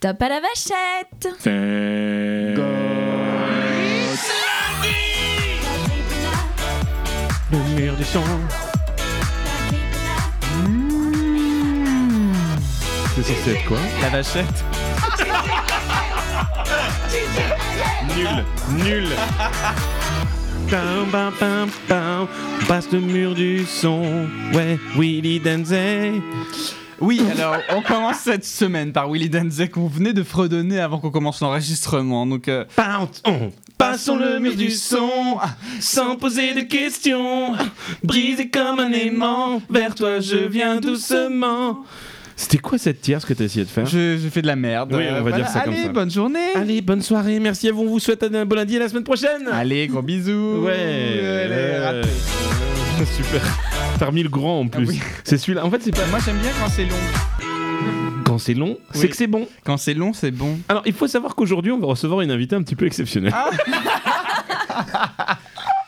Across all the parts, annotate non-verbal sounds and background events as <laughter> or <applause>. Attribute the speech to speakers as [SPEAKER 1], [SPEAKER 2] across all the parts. [SPEAKER 1] Top à la vachette
[SPEAKER 2] Le mur du son.
[SPEAKER 3] Mmh. C'est censé être quoi
[SPEAKER 4] La vachette.
[SPEAKER 3] Nul, nul.
[SPEAKER 2] Pam, pam, pam, pam. On passe le mur du son. Ouais, Willy Denzey.
[SPEAKER 4] Oui, alors on commence cette semaine par Willy Denzey qu'on venait de fredonner avant qu'on commence l'enregistrement. Donc euh, Ah,
[SPEAKER 2] Pam, on. Passons le mur du son, sans poser de questions. Brisé comme un aimant, vers toi je viens doucement.
[SPEAKER 3] C'était quoi cette tierce que t'as essayé de faire
[SPEAKER 4] je, je fais de la merde.
[SPEAKER 3] Oui, on va dire ça comme
[SPEAKER 4] allez,
[SPEAKER 3] ça.
[SPEAKER 4] bonne journée.
[SPEAKER 2] Allez, bonne soirée, merci à vous, on vous souhaite un bon lundi et à la semaine prochaine.
[SPEAKER 4] Allez, gros bisous. Elle est ratée.
[SPEAKER 3] <laughs> Super. T'as remis le grand en plus.
[SPEAKER 4] oui.
[SPEAKER 3] C'est celui-là. En fait, c'est pas.
[SPEAKER 4] Moi j'aime bien quand c'est long.
[SPEAKER 3] Quand c'est long, c'est
[SPEAKER 4] Oui.
[SPEAKER 3] que c'est bon.
[SPEAKER 4] Quand c'est long, c'est bon.
[SPEAKER 3] Alors, il faut savoir qu'aujourd'hui, on va recevoir une invitée un petit peu exceptionnelle.
[SPEAKER 4] Ah.
[SPEAKER 3] <laughs>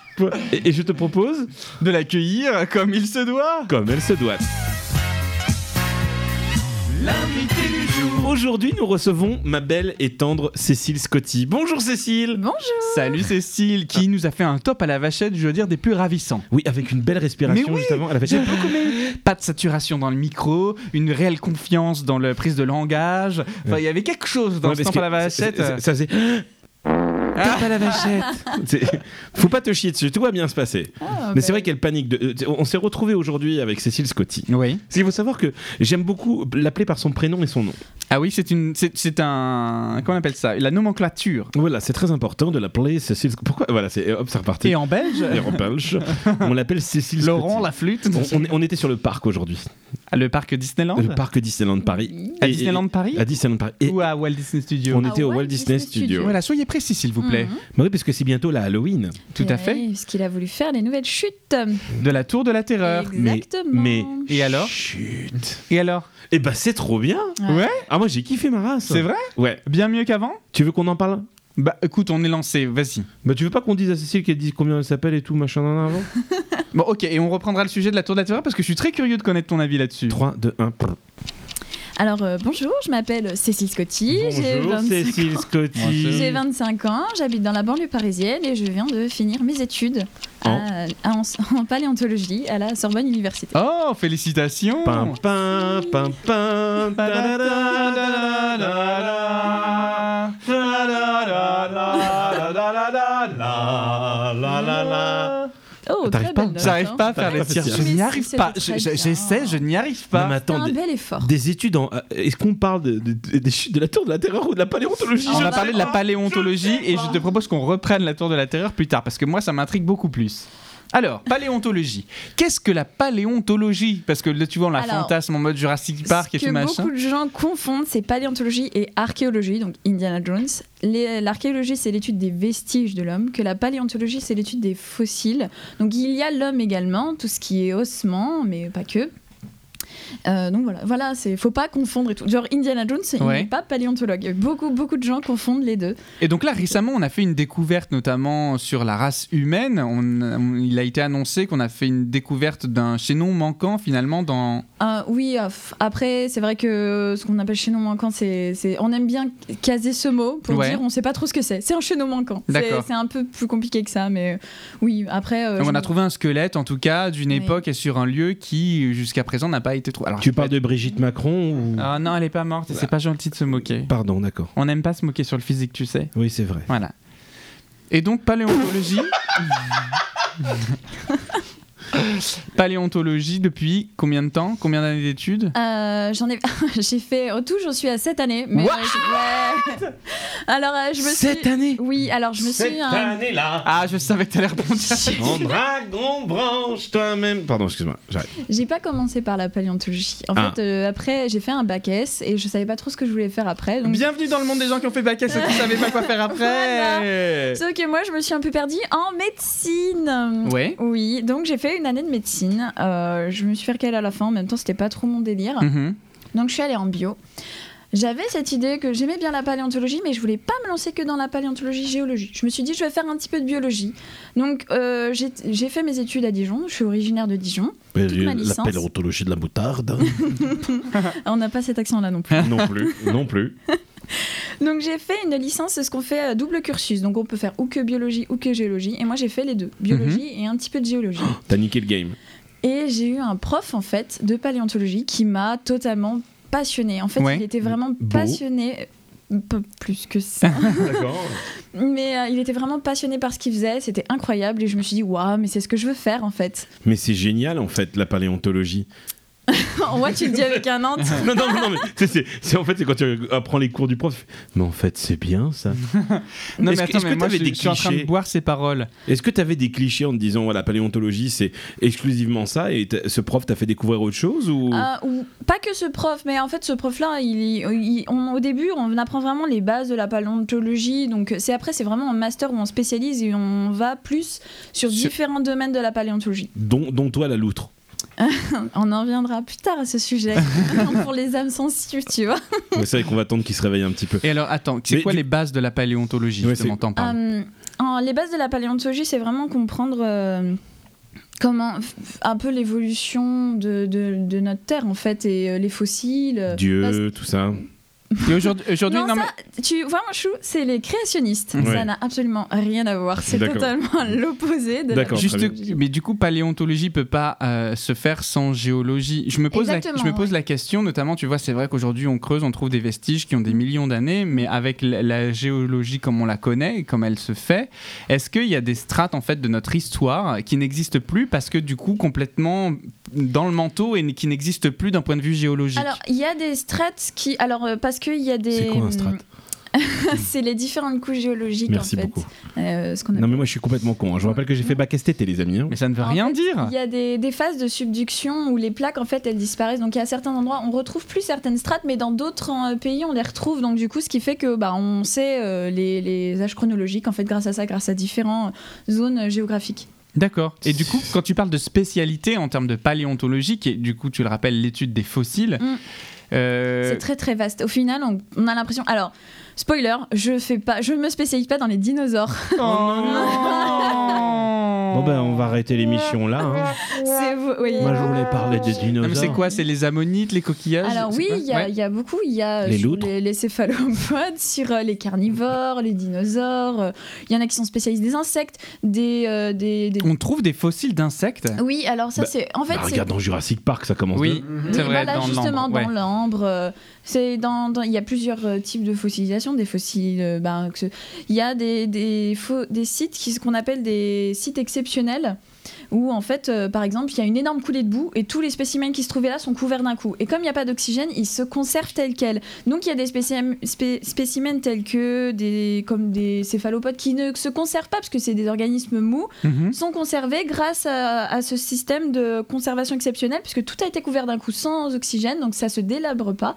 [SPEAKER 3] Et, et je te propose,
[SPEAKER 4] De l'accueillir comme il se doit.
[SPEAKER 3] comme elle se doit.
[SPEAKER 4] L'invité du jour.
[SPEAKER 3] Aujourd'hui, nous recevons ma belle et tendre Cécile Scotti. Bonjour Cécile
[SPEAKER 1] Bonjour
[SPEAKER 4] Salut Cécile qui nous a fait un top à la vachette, je veux dire, des plus ravissants.
[SPEAKER 3] Oui, avec une belle respiration
[SPEAKER 4] Mais oui,
[SPEAKER 3] juste avant. Elle a fait-
[SPEAKER 4] J'ai beaucoup aimé. Pas de saturation dans le micro, une réelle confiance dans la prise de langage. Enfin, il y avait quelque chose dans
[SPEAKER 3] Ouais,
[SPEAKER 4] ce
[SPEAKER 3] parce
[SPEAKER 4] temps à la
[SPEAKER 3] que
[SPEAKER 4] vachette.
[SPEAKER 3] ça- ça- ça faisait-
[SPEAKER 4] Ah,
[SPEAKER 3] à la vachette. <laughs> C'est- Faut pas te chier dessus, tout va bien se passer.
[SPEAKER 4] Ah
[SPEAKER 3] Mais
[SPEAKER 4] ben.
[SPEAKER 3] c'est vrai qu'elle panique. de- euh, On s'est retrouvé aujourd'hui avec Cécile Scotti.
[SPEAKER 4] Oui.
[SPEAKER 3] Il faut savoir que j'aime beaucoup l'appeler par son prénom et son nom.
[SPEAKER 4] Ah oui, c'est une, c'est, c'est un, comment on appelle ça La nomenclature.
[SPEAKER 3] Voilà, c'est très important de l'appeler Cécile. Sc- Pourquoi Voilà, c'est euh, hop, c'est reparti.
[SPEAKER 4] Et en belge, <laughs>
[SPEAKER 3] Et en belge, on l'appelle Cécile Scotti.
[SPEAKER 4] Laurent la <laughs> flûte.
[SPEAKER 3] On, on- on était sur le parc aujourd'hui,
[SPEAKER 4] Ah, Le parc Disneyland.
[SPEAKER 3] le parc Disneyland Paris.
[SPEAKER 4] À
[SPEAKER 3] Et- et-
[SPEAKER 4] Disneyland Paris.
[SPEAKER 3] À Disneyland Paris. Et
[SPEAKER 4] Ou à Walt Disney Studio.
[SPEAKER 3] on était
[SPEAKER 1] Ah
[SPEAKER 3] au Walt Disney Studio.
[SPEAKER 4] Voilà, soyez précis s'il vous plaît.
[SPEAKER 1] Mhm.
[SPEAKER 3] Bah oui, parce que c'est bientôt la Halloween.
[SPEAKER 4] Tout à fait.
[SPEAKER 1] Parce qu'il a voulu faire les nouvelles chutes.
[SPEAKER 4] De la tour de la terreur.
[SPEAKER 3] mais-
[SPEAKER 1] Exactement.
[SPEAKER 3] mais-
[SPEAKER 4] Et alors
[SPEAKER 3] Chut.
[SPEAKER 4] Et alors
[SPEAKER 3] Et bah c'est trop bien.
[SPEAKER 1] Ouais.
[SPEAKER 4] Ouais.
[SPEAKER 3] Ah moi j'ai kiffé ma race.
[SPEAKER 4] C'est vrai
[SPEAKER 3] Ouais.
[SPEAKER 4] Bien mieux qu'avant
[SPEAKER 3] Tu veux qu'on en parle
[SPEAKER 4] Bah écoute, on est lancé, vas-y.
[SPEAKER 3] Bah tu veux pas qu'on dise à Cécile qu'elle dise combien elle s'appelle et tout machin nan, nan, avant
[SPEAKER 4] Bon, ok, et on reprendra le sujet de la tour de la terreur parce que je suis très curieux de connaître ton avis là-dessus.
[SPEAKER 3] 3, 2, 1.
[SPEAKER 1] Alors, euh, bonjour, je m'appelle Cécile Scotti. j'ai
[SPEAKER 3] Bonjour
[SPEAKER 1] 25
[SPEAKER 3] Cécile
[SPEAKER 1] ans.
[SPEAKER 3] Scotti.
[SPEAKER 1] J'ai 25 ans, j'habite dans la banlieue parisienne et je viens de finir mes études
[SPEAKER 3] Oh.
[SPEAKER 1] à- à- en, <laughs> en paléontologie à la Sorbonne Université.
[SPEAKER 4] Oh, félicitations
[SPEAKER 3] Pam pam pam pam da, da, da, da, da, da, da.
[SPEAKER 1] <laughs>
[SPEAKER 4] Ah,
[SPEAKER 3] La, la, la.
[SPEAKER 1] Oh,
[SPEAKER 3] Ah, t'arrives
[SPEAKER 1] très
[SPEAKER 3] pas
[SPEAKER 1] belle note,
[SPEAKER 4] J'arrive
[SPEAKER 1] hein.
[SPEAKER 4] pas à faire
[SPEAKER 3] T'arrives
[SPEAKER 4] les
[SPEAKER 3] Ah pas à
[SPEAKER 4] tirs,
[SPEAKER 3] faire
[SPEAKER 4] je
[SPEAKER 1] ça.
[SPEAKER 4] n'y
[SPEAKER 1] Mais
[SPEAKER 4] arrive
[SPEAKER 1] si,
[SPEAKER 4] pas.
[SPEAKER 1] c'était
[SPEAKER 4] Je-
[SPEAKER 1] très
[SPEAKER 4] je-
[SPEAKER 1] bien.
[SPEAKER 4] J'essaie, je n'y arrive
[SPEAKER 3] Non
[SPEAKER 4] pas.
[SPEAKER 3] mais
[SPEAKER 1] C'est
[SPEAKER 3] attends,
[SPEAKER 1] un
[SPEAKER 3] des,
[SPEAKER 1] bel effort.
[SPEAKER 3] des études en... euh, Est-ce qu'on parle de- de- de- des chutes de la tour de la terreur ou de la paléontologie
[SPEAKER 4] On
[SPEAKER 3] Je
[SPEAKER 4] a
[SPEAKER 3] sais
[SPEAKER 4] parlé de la
[SPEAKER 3] pas.
[SPEAKER 4] paléontologie et je te propose qu'on reprenne la tour de la terreur plus tard parce que moi ça m'intrigue beaucoup plus. Alors, paléontologie. Qu'est-ce que la paléontologie Parce que là, tu vois, on la
[SPEAKER 1] Alors,
[SPEAKER 4] fantasme en mode Jurassic Park et
[SPEAKER 1] Ce
[SPEAKER 4] tout
[SPEAKER 1] que
[SPEAKER 4] machin.
[SPEAKER 1] beaucoup de gens confondent, c'est paléontologie et archéologie, donc Indiana Jones. Les- L'archéologie, c'est l'étude des vestiges de l'homme, que la paléontologie, c'est l'étude des fossiles. Donc il y a l'homme également, tout ce qui est ossement, mais pas que. Euh, donc voilà, voilà, c'est faut pas confondre et tout. Genre Indiana Jones, il
[SPEAKER 4] Ouais.
[SPEAKER 1] n'est pas paléontologue. Beaucoup, beaucoup de gens confondent les deux.
[SPEAKER 4] Et donc là, récemment, on a fait une découverte notamment sur la race humaine. On- on- il a été annoncé qu'on a fait une découverte d'un chaînon manquant finalement dans...
[SPEAKER 1] Euh, oui, euh, f- après, c'est vrai que ce qu'on appelle chaînon manquant, c'est, c'est- on aime bien caser ce mot pour
[SPEAKER 4] Ouais.
[SPEAKER 1] dire on sait pas trop ce que c'est. C'est un chaînon manquant.
[SPEAKER 4] D'accord.
[SPEAKER 1] C'est, c'est un peu plus compliqué que ça, mais euh, oui, après. euh,
[SPEAKER 4] Donc
[SPEAKER 1] je
[SPEAKER 4] on a
[SPEAKER 1] me-
[SPEAKER 4] trouvé un squelette en tout cas d'une
[SPEAKER 1] Oui.
[SPEAKER 4] époque et sur un lieu qui jusqu'à présent n'a pas été trouvé. Alors,
[SPEAKER 3] Tu parles de Brigitte Macron ou...
[SPEAKER 4] Ah non, elle est pas morte, et c'est pas gentil de se moquer.
[SPEAKER 3] Pardon, d'accord.
[SPEAKER 4] On n'aime pas se moquer sur le physique, tu sais.
[SPEAKER 3] Oui, c'est vrai.
[SPEAKER 4] Voilà. Et donc <laughs> paléontologie. paléontologie depuis combien de temps Combien d'années d'études
[SPEAKER 1] <laughs> Euh, j'en ai... <laughs> j'ai fait. Au tout, j'en suis à 7 années. Mais
[SPEAKER 4] What
[SPEAKER 1] euh, je- ouais. <laughs> Alors, euh, je me suis.
[SPEAKER 3] Cette année
[SPEAKER 1] Oui, alors je me suis. hein,
[SPEAKER 3] année-là
[SPEAKER 4] Ah, je savais que t'allais <laughs> répondre.
[SPEAKER 3] En dragon branche toi-même. Pardon, excuse-moi, j'arrête.
[SPEAKER 1] J'ai pas commencé par la paléontologie. En
[SPEAKER 3] Ah.
[SPEAKER 1] fait, euh, après, j'ai fait un bac S et je savais pas trop ce que je voulais faire après. Donc...
[SPEAKER 4] Bienvenue dans le monde des gens qui ont fait bac S et qui savaient pas quoi faire après.
[SPEAKER 1] Sauf que moi, je me suis un peu perdue en médecine.
[SPEAKER 4] Ouais.
[SPEAKER 1] Oui, donc j'ai fait une année de médecine. Euh, je me suis fait recaler à la fin. En même temps, c'était pas trop mon délire.
[SPEAKER 4] Mhm.
[SPEAKER 1] Donc je suis allée en bio. J'avais cette idée que j'aimais bien la paléontologie, mais je voulais pas me lancer que dans la paléontologie géologie. Je me suis dit, je vais faire un petit peu de biologie. Donc euh, j'ai j'ai fait mes études à Dijon. Je suis originaire de Dijon. ma
[SPEAKER 3] La
[SPEAKER 1] licence.
[SPEAKER 3] <laughs> paléontologie de la moutarde. hein.
[SPEAKER 1] Ah, On n'a pas cet accent là non plus.
[SPEAKER 3] non plus, non plus.
[SPEAKER 1] Donc j'ai fait une licence, c'est ce qu'on fait euh, double cursus. Donc on peut faire ou que biologie ou que géologie. Et moi j'ai fait les deux, biologie et un petit peu de géologie.
[SPEAKER 3] T'as niqué le game.
[SPEAKER 1] Et j'ai eu un prof en fait de paléontologie qui m'a totalement passionnée. En fait,
[SPEAKER 4] Ouais.
[SPEAKER 1] il était vraiment
[SPEAKER 3] Beau.
[SPEAKER 1] passionné, euh, pas plus que ça.
[SPEAKER 3] D'accord.
[SPEAKER 1] mais euh, il était vraiment passionné par ce qu'il faisait. C'était incroyable et je me suis dit waouh, mais c'est ce que je veux faire en fait. <laughs>
[SPEAKER 3] Mais c'est génial en fait la paléontologie.
[SPEAKER 1] ouais, tu le dis avec un an.
[SPEAKER 3] <laughs> non, non, non, mais c'est- c'est c'est- en fait c'est quand tu apprends les cours du prof. Mais en fait c'est bien ça.
[SPEAKER 4] Non,
[SPEAKER 3] Est-ce
[SPEAKER 4] mais
[SPEAKER 3] que-
[SPEAKER 4] attends,
[SPEAKER 3] est-ce
[SPEAKER 4] mais
[SPEAKER 3] que
[SPEAKER 4] moi, je,
[SPEAKER 3] t'avais des
[SPEAKER 4] je suis en train de
[SPEAKER 3] clichés
[SPEAKER 4] boire ses paroles.
[SPEAKER 3] Est-ce que t'avais des clichés en te disant voilà paléontologie c'est exclusivement ça et t'as- ce prof t'a fait découvrir autre chose ou
[SPEAKER 1] Euh, ou- pas que ce prof, mais en fait ce prof-là, il, il- on- au début, on apprend vraiment les bases de la paléontologie. Donc c'est après, c'est vraiment un master où on spécialise et on va plus sur
[SPEAKER 3] Sur-
[SPEAKER 1] différents domaines de la paléontologie.
[SPEAKER 3] dont, dont toi la loutre.
[SPEAKER 1] On en viendra plus tard à ce
[SPEAKER 3] <laughs>
[SPEAKER 1] sujet <laughs> pour les âmes sensibles, tu vois.
[SPEAKER 3] Ouais, c'est vrai qu'on va attendre qu'il se réveille un petit peu.
[SPEAKER 4] Et alors, attends, c'est
[SPEAKER 3] Mais
[SPEAKER 4] quoi
[SPEAKER 3] du-
[SPEAKER 4] les bases de la paléontologie
[SPEAKER 3] Ouais,
[SPEAKER 4] justement
[SPEAKER 3] c'est-
[SPEAKER 4] T'en parles.
[SPEAKER 1] Euh, en- les bases de la paléontologie, c'est vraiment comprendre euh, comment f- un peu l'évolution de, de- de notre terre en fait et euh, les fossiles. Parce-
[SPEAKER 3] Dieu, tout ça.
[SPEAKER 4] Et aujourd'hui, aujourd'hui,
[SPEAKER 1] non,
[SPEAKER 4] non,
[SPEAKER 1] ça, tu vois, mon chou, c'est les créationnistes.
[SPEAKER 3] Ouais.
[SPEAKER 1] Ça n'a absolument rien à voir. C'est
[SPEAKER 3] D'accord. Mmh.
[SPEAKER 1] totalement à l'opposé de la
[SPEAKER 3] D'accord.
[SPEAKER 4] mais, juste-
[SPEAKER 3] très
[SPEAKER 4] mais du coup, paléontologie peut pas euh, se faire sans géologie. Je me pose, la,
[SPEAKER 1] Exactement,
[SPEAKER 4] je me pose la question, notamment, tu vois, c'est vrai qu'aujourd'hui, on creuse, on trouve des vestiges qui ont des millions d'années, mais avec la, la géologie comme on la connaît, comme elle se fait, est-ce qu'il y a des strates en fait de notre histoire qui n'existent plus parce que du coup, complètement dans le manteau et qui n'existent plus d'un point de vue géologique
[SPEAKER 1] Alors, il y a des strates qui. Alors, euh, parce qu'il y a des. mmh,
[SPEAKER 3] C'est quoi un strate
[SPEAKER 1] <laughs> C'est les différentes couches géologiques,
[SPEAKER 3] Merci
[SPEAKER 1] en fait.
[SPEAKER 3] beaucoup.
[SPEAKER 1] Euh, ce qu'on
[SPEAKER 3] Non mais moi je suis complètement con. hein. Je vous rappelle que j'ai fait bac STT les amis. hein.
[SPEAKER 4] Mais ça ne veut
[SPEAKER 1] En
[SPEAKER 4] rien
[SPEAKER 1] fait,
[SPEAKER 4] dire.
[SPEAKER 1] Il y a des, des phases de subduction où les plaques en fait elles disparaissent. Donc il y a certains endroits, on retrouve plus certaines strates, mais dans d'autres euh, pays on les retrouve. Donc du coup, ce qui fait que bah on sait euh, les, les âges chronologiques en fait grâce à ça, grâce à différentes zones géographiques.
[SPEAKER 4] D'accord. Et du coup, quand tu parles de spécialité en termes de paléontologie, qui est du coup, tu le rappelles, l'étude des fossiles,
[SPEAKER 1] Mm.
[SPEAKER 4] euh,
[SPEAKER 1] C'est très très vaste. Au final, on, on a l'impression. Alors spoiler, je fais pas, je me spécialise pas dans les dinosaures. <laughs>
[SPEAKER 4] Oh non
[SPEAKER 1] Oh
[SPEAKER 4] <laughs>
[SPEAKER 3] Bon ben on va arrêter l'émission là. hein.
[SPEAKER 1] C'est vous, oui.
[SPEAKER 3] Moi je voulais parler des
[SPEAKER 4] Non
[SPEAKER 3] dinosaures.
[SPEAKER 4] mais c'est quoi C'est les ammonites, les coquillages
[SPEAKER 1] Alors
[SPEAKER 4] c'est
[SPEAKER 1] oui,
[SPEAKER 4] quoi
[SPEAKER 1] il y, a-
[SPEAKER 4] Ouais.
[SPEAKER 1] il y a beaucoup. Il y a euh,
[SPEAKER 3] Les
[SPEAKER 1] sur
[SPEAKER 3] loutres.
[SPEAKER 1] les, les céphalopodes, <laughs> sur euh, les carnivores, les dinosaures. euh, Il y en a qui sont spécialistes des insectes, des... euh, des, des-
[SPEAKER 4] On trouve des fossiles d'insectes
[SPEAKER 1] Oui, alors ça
[SPEAKER 3] Bah,
[SPEAKER 1] c'est... En fait,
[SPEAKER 3] Bah,
[SPEAKER 1] c'est-
[SPEAKER 3] regarde dans Jurassic Park ça commence.
[SPEAKER 4] Oui, c'est
[SPEAKER 1] Oui,
[SPEAKER 4] vrai,
[SPEAKER 1] voilà,
[SPEAKER 4] dans
[SPEAKER 1] justement,
[SPEAKER 4] l'ambre.
[SPEAKER 1] dans
[SPEAKER 4] ouais.
[SPEAKER 1] l'ambre. euh, c'est dans, dans- il y a plusieurs euh, types de fossilisation, des fossiles. euh, ben, que ce- il y a des, des, faux- des sites qui, ce qu'on appelle des sites exceptionnels, où en fait, euh, par exemple, il y a une énorme coulée de boue et tous les spécimens qui se trouvaient là sont couverts d'un coup. Et comme il n'y a pas d'oxygène, ils se conservent tels quels. Donc il y a des spécim- spé- spécimens tels que des, comme des céphalopodes qui ne se conservent pas parce que c'est des organismes mous
[SPEAKER 4] Mhm.
[SPEAKER 1] sont conservés grâce à, à ce système de conservation exceptionnelle, puisque tout a été couvert d'un coup sans oxygène, donc ça se délabre pas,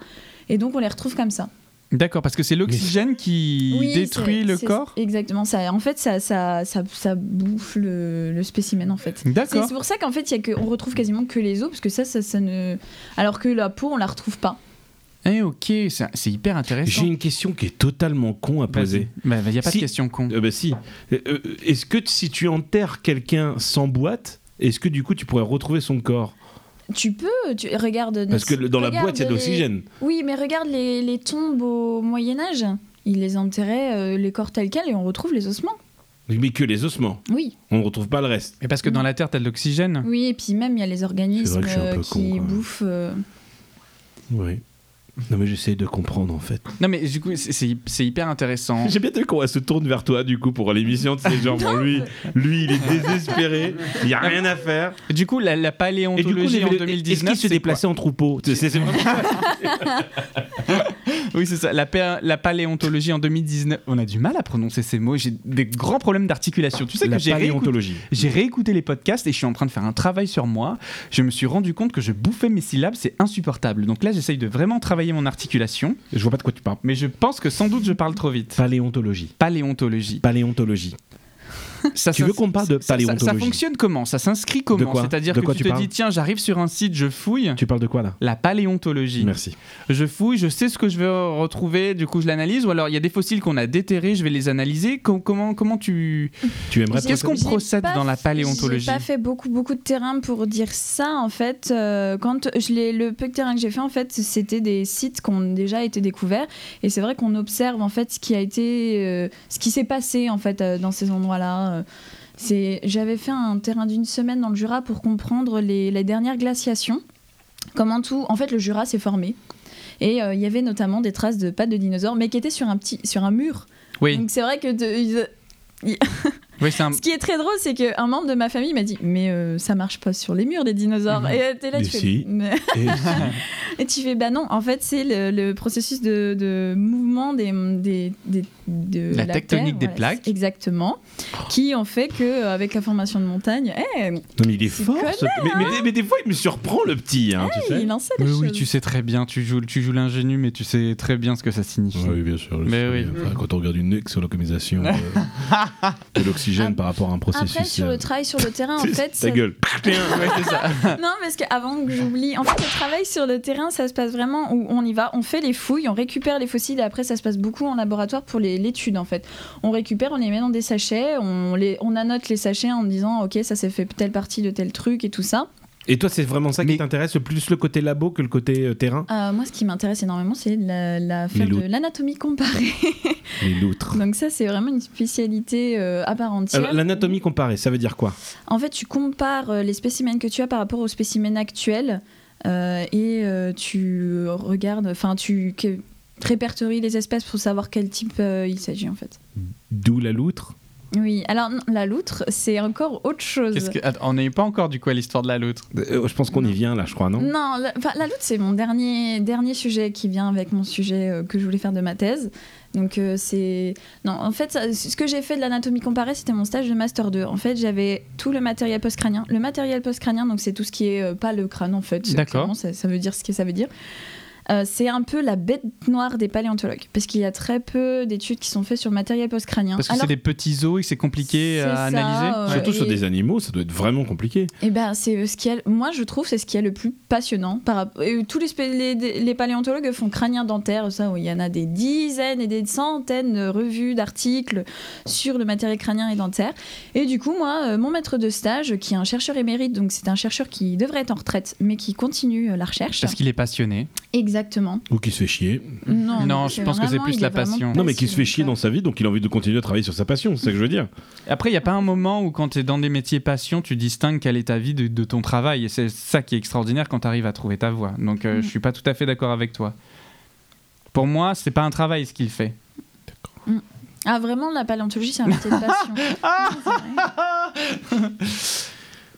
[SPEAKER 1] et donc on les retrouve comme ça.
[SPEAKER 4] D'accord, parce que c'est l'oxygène qui
[SPEAKER 1] Oui,
[SPEAKER 4] détruit
[SPEAKER 1] c'est-
[SPEAKER 4] le
[SPEAKER 1] c'est-
[SPEAKER 4] corps
[SPEAKER 1] Exactement, ça, en fait ça, ça, ça, ça bouffe le, le spécimen en fait. C'est
[SPEAKER 4] D'accord.
[SPEAKER 1] c'est pour ça qu'en fait, il y a que, on retrouve quasiment que les os, parce que ça, ça, ça ne. Alors que la peau, on la retrouve pas.
[SPEAKER 4] Eh ok, ça- c'est hyper intéressant.
[SPEAKER 3] J'ai une question qui est totalement con à poser.
[SPEAKER 4] Vas-y. Bah, bah, y a pas
[SPEAKER 3] Si-
[SPEAKER 4] de question con.
[SPEAKER 3] Euh, bah si. Euh, euh, est-ce que t- si tu enterres quelqu'un sans boîte, est-ce que du coup tu pourrais retrouver son corps
[SPEAKER 1] Tu peux, tu regarde.
[SPEAKER 3] Parce que le- dans la
[SPEAKER 1] regarde
[SPEAKER 3] boîte il y a de
[SPEAKER 1] les-
[SPEAKER 3] l'oxygène.
[SPEAKER 1] Oui, mais regarde les, les tombes au Moyen-Âge. Ils les enterraient, euh, les corps tels quels, et on retrouve les ossements.
[SPEAKER 3] Mais que les ossements.
[SPEAKER 1] Oui.
[SPEAKER 3] On ne retrouve pas le reste.
[SPEAKER 4] Et parce que dans la Terre, t'as de l'oxygène
[SPEAKER 1] Oui, et puis même il y a les
[SPEAKER 3] C'est
[SPEAKER 1] organismes
[SPEAKER 3] vrai que je suis un
[SPEAKER 1] euh,
[SPEAKER 3] peu con, quand
[SPEAKER 1] qui
[SPEAKER 3] même.
[SPEAKER 1] bouffent. euh,
[SPEAKER 3] Oui. Non mais j'essaie de comprendre en fait.
[SPEAKER 4] Non mais du coup, c'est- c'est c'est hyper intéressant.
[SPEAKER 3] J'ai bien vu qu'on se tourne vers toi du coup pour l'émission de ces gens. Bon, lui, lui il est désespéré, il n'y a rien à faire.
[SPEAKER 4] Du coup, la, la paléontologie
[SPEAKER 3] les
[SPEAKER 4] en
[SPEAKER 3] vélo-
[SPEAKER 4] 2019,
[SPEAKER 3] est-ce qu'il se
[SPEAKER 4] c'est
[SPEAKER 3] déplaçait en troupeau C'est- c'est- c'est vraiment-
[SPEAKER 4] quoi Oui, c'est ça. La, pa- la paléontologie en 2019. On a du mal à prononcer ces mots. J'ai des grands problèmes d'articulation. Tu sais
[SPEAKER 3] La
[SPEAKER 4] que j'ai réécouté,
[SPEAKER 3] paléontologie.
[SPEAKER 4] j'ai réécouté les podcasts et je suis en train de faire un travail sur moi. Je me suis rendu compte que je bouffais mes syllabes, c'est insupportable. Donc là, j'essaye de vraiment travailler mon articulation,
[SPEAKER 3] Je vois pas de quoi tu parles.
[SPEAKER 4] mais je pense que sans doute je parle trop vite.
[SPEAKER 3] Paléontologie.
[SPEAKER 4] Paléontologie.
[SPEAKER 3] Paléontologie.
[SPEAKER 4] ça
[SPEAKER 3] Tu veux qu'on parle de
[SPEAKER 4] ça- ça- Ça,
[SPEAKER 3] paléontologie
[SPEAKER 4] fonctionne comment Ça s'inscrit comment
[SPEAKER 3] quoi
[SPEAKER 4] C'est-à-dire
[SPEAKER 3] De
[SPEAKER 4] que
[SPEAKER 3] quoi
[SPEAKER 4] tu
[SPEAKER 3] tu
[SPEAKER 4] te
[SPEAKER 3] parles
[SPEAKER 4] dis tiens, j'arrive sur un site, je fouille.
[SPEAKER 3] Tu parles de quoi là
[SPEAKER 4] La paléontologie.
[SPEAKER 3] Merci.
[SPEAKER 4] Je fouille, je sais ce que je veux retrouver, du coup je l'analyse. Ou alors il y a des fossiles qu'on a déterrés, je vais les analyser. Com- comment, comment tu.
[SPEAKER 3] Tu aimerais
[SPEAKER 4] Qu'est-ce
[SPEAKER 3] pas-
[SPEAKER 4] qu'on
[SPEAKER 1] J'ai
[SPEAKER 4] procède
[SPEAKER 1] pas
[SPEAKER 4] dans la
[SPEAKER 1] fait-
[SPEAKER 4] paléontologie
[SPEAKER 1] J'ai pas fait beaucoup beaucoup de terrain pour dire ça en fait. Euh, quand je l'ai- le peu de terrain que j'ai fait en fait, c'était des sites qui ont déjà été découverts et c'est vrai qu'on observe en fait ce qui a été, euh, ce qui s'est passé en fait euh, dans ces endroits-là. Euh, c'est, j'avais fait un terrain d'une semaine dans le Jura pour comprendre les, les dernières glaciations. Comment tout, en fait, le Jura s'est formé. Et euh, il y avait notamment des traces de pattes de dinosaures, mais qui étaient sur un petit, sur un mur.
[SPEAKER 4] Oui,
[SPEAKER 1] Donc c'est vrai que de- ils-
[SPEAKER 4] oui c'est un.
[SPEAKER 1] ce qui est très drôle, c'est qu'un membre de ma famille m'a dit Mais euh, ça marche pas sur les murs, les dinosaures.
[SPEAKER 4] Mhm.
[SPEAKER 1] Et euh, t'es là,
[SPEAKER 3] Mais
[SPEAKER 1] tu
[SPEAKER 3] si.
[SPEAKER 1] fais. Mais- <laughs>
[SPEAKER 3] Et-
[SPEAKER 1] Et tu fais Bah non, en fait, c'est le, le processus de, de mouvement des, des, des- de
[SPEAKER 4] La tectonique des
[SPEAKER 1] voilà,
[SPEAKER 4] plaques.
[SPEAKER 1] c'est- Exactement. Qui ont fait que, avec la formation de montagnes, eh,
[SPEAKER 3] Non, mais il est
[SPEAKER 1] C'est
[SPEAKER 3] fort.
[SPEAKER 1] connard,
[SPEAKER 3] ce- Mais, mais des- mais des fois, il me surprend le petit. hein, tu sais.
[SPEAKER 1] il en sait des
[SPEAKER 4] Oui, oui,
[SPEAKER 1] choses.
[SPEAKER 4] tu sais très bien, tu joues, tu joues l'ingénu, mais tu sais très bien ce que ça signifie.
[SPEAKER 3] Oui, bien sûr.
[SPEAKER 4] Mais sais. oui.
[SPEAKER 3] quand on regarde une éxolocomisation
[SPEAKER 1] <laughs>
[SPEAKER 3] de l'oxygène par rapport à un processus. euh,
[SPEAKER 1] Après, sur le travail sur le
[SPEAKER 3] <laughs>
[SPEAKER 1] terrain, en fait,
[SPEAKER 3] Ta
[SPEAKER 1] ça-
[SPEAKER 3] gueule.
[SPEAKER 4] Ouais, c'est ça.
[SPEAKER 1] Non, parce qu'avant que j'oublie, en fait, le travail sur le terrain, ça se passe vraiment où on y va, on fait les fouilles, on récupère les fossiles et après, ça se passe beaucoup en laboratoire pour les- l'étude, en fait. On récupère, on les met dans des sachets, on, les, on annote les sachets en disant, ok, ça s'est fait telle partie de tel truc et tout ça.
[SPEAKER 3] Et toi, c'est vraiment ça
[SPEAKER 4] Mais-
[SPEAKER 3] qui t'intéresse le plus le côté labo que le côté euh, terrain
[SPEAKER 1] Euh, moi, ce qui m'intéresse énormément, c'est la, la faire
[SPEAKER 3] loups.
[SPEAKER 1] de l'anatomie comparée.
[SPEAKER 3] Les loutres.
[SPEAKER 1] Donc, ça, c'est vraiment une spécialité euh, à part entière.
[SPEAKER 3] Alors, L'anatomie comparée, ça veut dire quoi
[SPEAKER 1] En fait, tu compares euh, les spécimens que tu as par rapport aux spécimens actuels euh, et euh, tu regardes, enfin, tu que- répertories les espèces pour savoir quel type euh, il s'agit en fait.
[SPEAKER 3] D'où la loutre
[SPEAKER 1] Oui, alors non, la loutre, c'est encore autre chose.
[SPEAKER 4] Qu'est-ce que- Attends, on n'est pas encore du coup à l'histoire de la loutre.
[SPEAKER 3] Euh, Je pense qu'on y vient là, je crois, non
[SPEAKER 1] Non, la, enfin, la loutre, c'est mon dernier, dernier sujet qui vient avec mon sujet euh, que je voulais faire de ma thèse. Donc, euh, c'est. Non, en fait, ça- ce que j'ai fait de l'anatomie comparée, c'était mon stage de Master 2. En fait, j'avais tout le matériel postcrânien. Le matériel postcrânien, donc, c'est tout ce qui est euh, pas le crâne, en fait.
[SPEAKER 4] D'accord.
[SPEAKER 1] Clairement, Ça, ça veut dire ce que ça veut dire. Euh, c'est un peu la bête noire des paléontologues, parce qu'il y a très peu d'études qui sont faites sur le matériel postcrânien.
[SPEAKER 4] Parce que
[SPEAKER 1] Alors
[SPEAKER 4] c'est des petits os et que c'est compliqué
[SPEAKER 1] C'est
[SPEAKER 4] à
[SPEAKER 1] ça,
[SPEAKER 4] analyser.
[SPEAKER 1] euh,
[SPEAKER 3] Surtout sur
[SPEAKER 1] et-
[SPEAKER 3] des animaux, ça doit être vraiment compliqué.
[SPEAKER 1] Eh ben, c'est ce qui est, moi je trouve, c'est ce qui est le plus passionnant. Par, rapp- et tous les, spé- les, les paléontologues font crânien dentaire, ça, où il y en a des dizaines et des centaines de revues, d'articles sur le matériel crânien et dentaire. Et du coup, moi, euh, mon maître de stage, qui est un chercheur émérite, donc c'est un chercheur qui devrait être en retraite, mais qui continue euh, la recherche.
[SPEAKER 4] Parce qu'il est passionné.
[SPEAKER 1] Exactement.
[SPEAKER 3] Ou qui se fait chier.
[SPEAKER 1] Non,
[SPEAKER 4] Non,
[SPEAKER 1] mais
[SPEAKER 4] je pense que c'est
[SPEAKER 1] vraiment-
[SPEAKER 4] plus
[SPEAKER 1] il
[SPEAKER 4] la
[SPEAKER 1] est vraiment
[SPEAKER 4] passion.
[SPEAKER 3] Non, mais qui se fait
[SPEAKER 1] passionné,
[SPEAKER 3] chier
[SPEAKER 1] Bah, quoi.
[SPEAKER 3] dans sa vie, donc il a envie de continuer à travailler sur sa passion, c'est ça que je veux dire.
[SPEAKER 4] Après, il n'y a pas un moment où, quand tu es dans des métiers passion, tu distingues quelle est ta vie de, de ton travail. Et c'est ça qui est extraordinaire quand tu arrives à trouver ta voie. Donc, euh,
[SPEAKER 1] Mm.
[SPEAKER 4] je suis pas tout à fait d'accord avec toi. Pour moi, c'est pas un travail ce qu'il fait.
[SPEAKER 1] Ah, vraiment, la paléontologie, c'est un métier de passion. <laughs>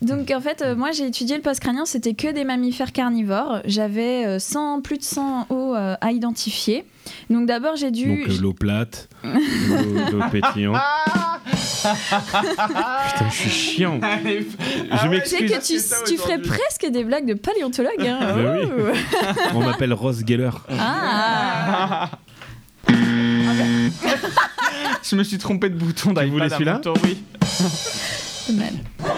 [SPEAKER 1] Donc, en fait, euh, moi, j'ai étudié le postcrânien, c'était que des mammifères carnivores. J'avais euh, 100, plus de 100 os euh, à identifier. Donc, d'abord, j'ai dû.
[SPEAKER 3] Donc euh, l'eau plate, l'eau
[SPEAKER 4] <laughs>
[SPEAKER 3] l'eau pétillante. Putain, je suis chiant.
[SPEAKER 4] Ah
[SPEAKER 3] Je
[SPEAKER 1] tu sais
[SPEAKER 3] m'excuse.
[SPEAKER 1] que tu, tu ferais presque des blagues de paléontologue. hein.
[SPEAKER 3] Mais oui.
[SPEAKER 1] Oh.
[SPEAKER 4] Ah
[SPEAKER 3] On m'appelle Ross Geller. <laughs>
[SPEAKER 1] Ah.
[SPEAKER 4] je me suis trompé de bouton
[SPEAKER 3] d'iPad voulais à celui-là mon
[SPEAKER 4] oui.
[SPEAKER 1] Pas mal. <laughs>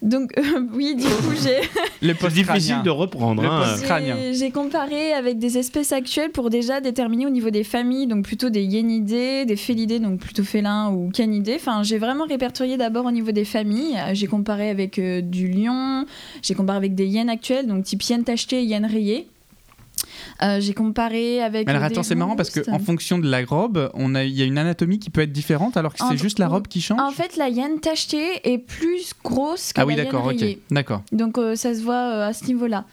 [SPEAKER 1] Donc, euh, oui, du coup, j'ai.
[SPEAKER 4] Le
[SPEAKER 3] C'est difficile de reprendre.
[SPEAKER 4] Le
[SPEAKER 3] hein.
[SPEAKER 4] post- crânien.
[SPEAKER 1] J'ai- J'ai comparé avec des espèces actuelles pour déjà déterminer au niveau des familles, donc plutôt des hyénidés, des félidés, donc plutôt félins ou canidés. Enfin, j'ai vraiment répertorié d'abord au niveau des familles. Euh, J'ai comparé avec euh, du lion, j'ai comparé avec des hyènes actuelles, donc type hyène tachetée et hyène rayée. Euh, j'ai comparé avec.
[SPEAKER 4] Mais alors
[SPEAKER 1] euh,
[SPEAKER 4] attends,
[SPEAKER 1] des
[SPEAKER 4] c'est marrant parce
[SPEAKER 1] langoustes.
[SPEAKER 4] qu'en fonction de la robe, on a- il y a une anatomie qui peut être différente alors que
[SPEAKER 1] En-
[SPEAKER 4] c'est juste la robe qui change.
[SPEAKER 1] En fait, la hyène tachetée est plus grosse que
[SPEAKER 4] ah oui,
[SPEAKER 1] la hyène
[SPEAKER 4] d'accord, ok.
[SPEAKER 1] rayée.
[SPEAKER 4] D'accord.
[SPEAKER 1] Donc euh, ça se voit euh, à ce niveau-là.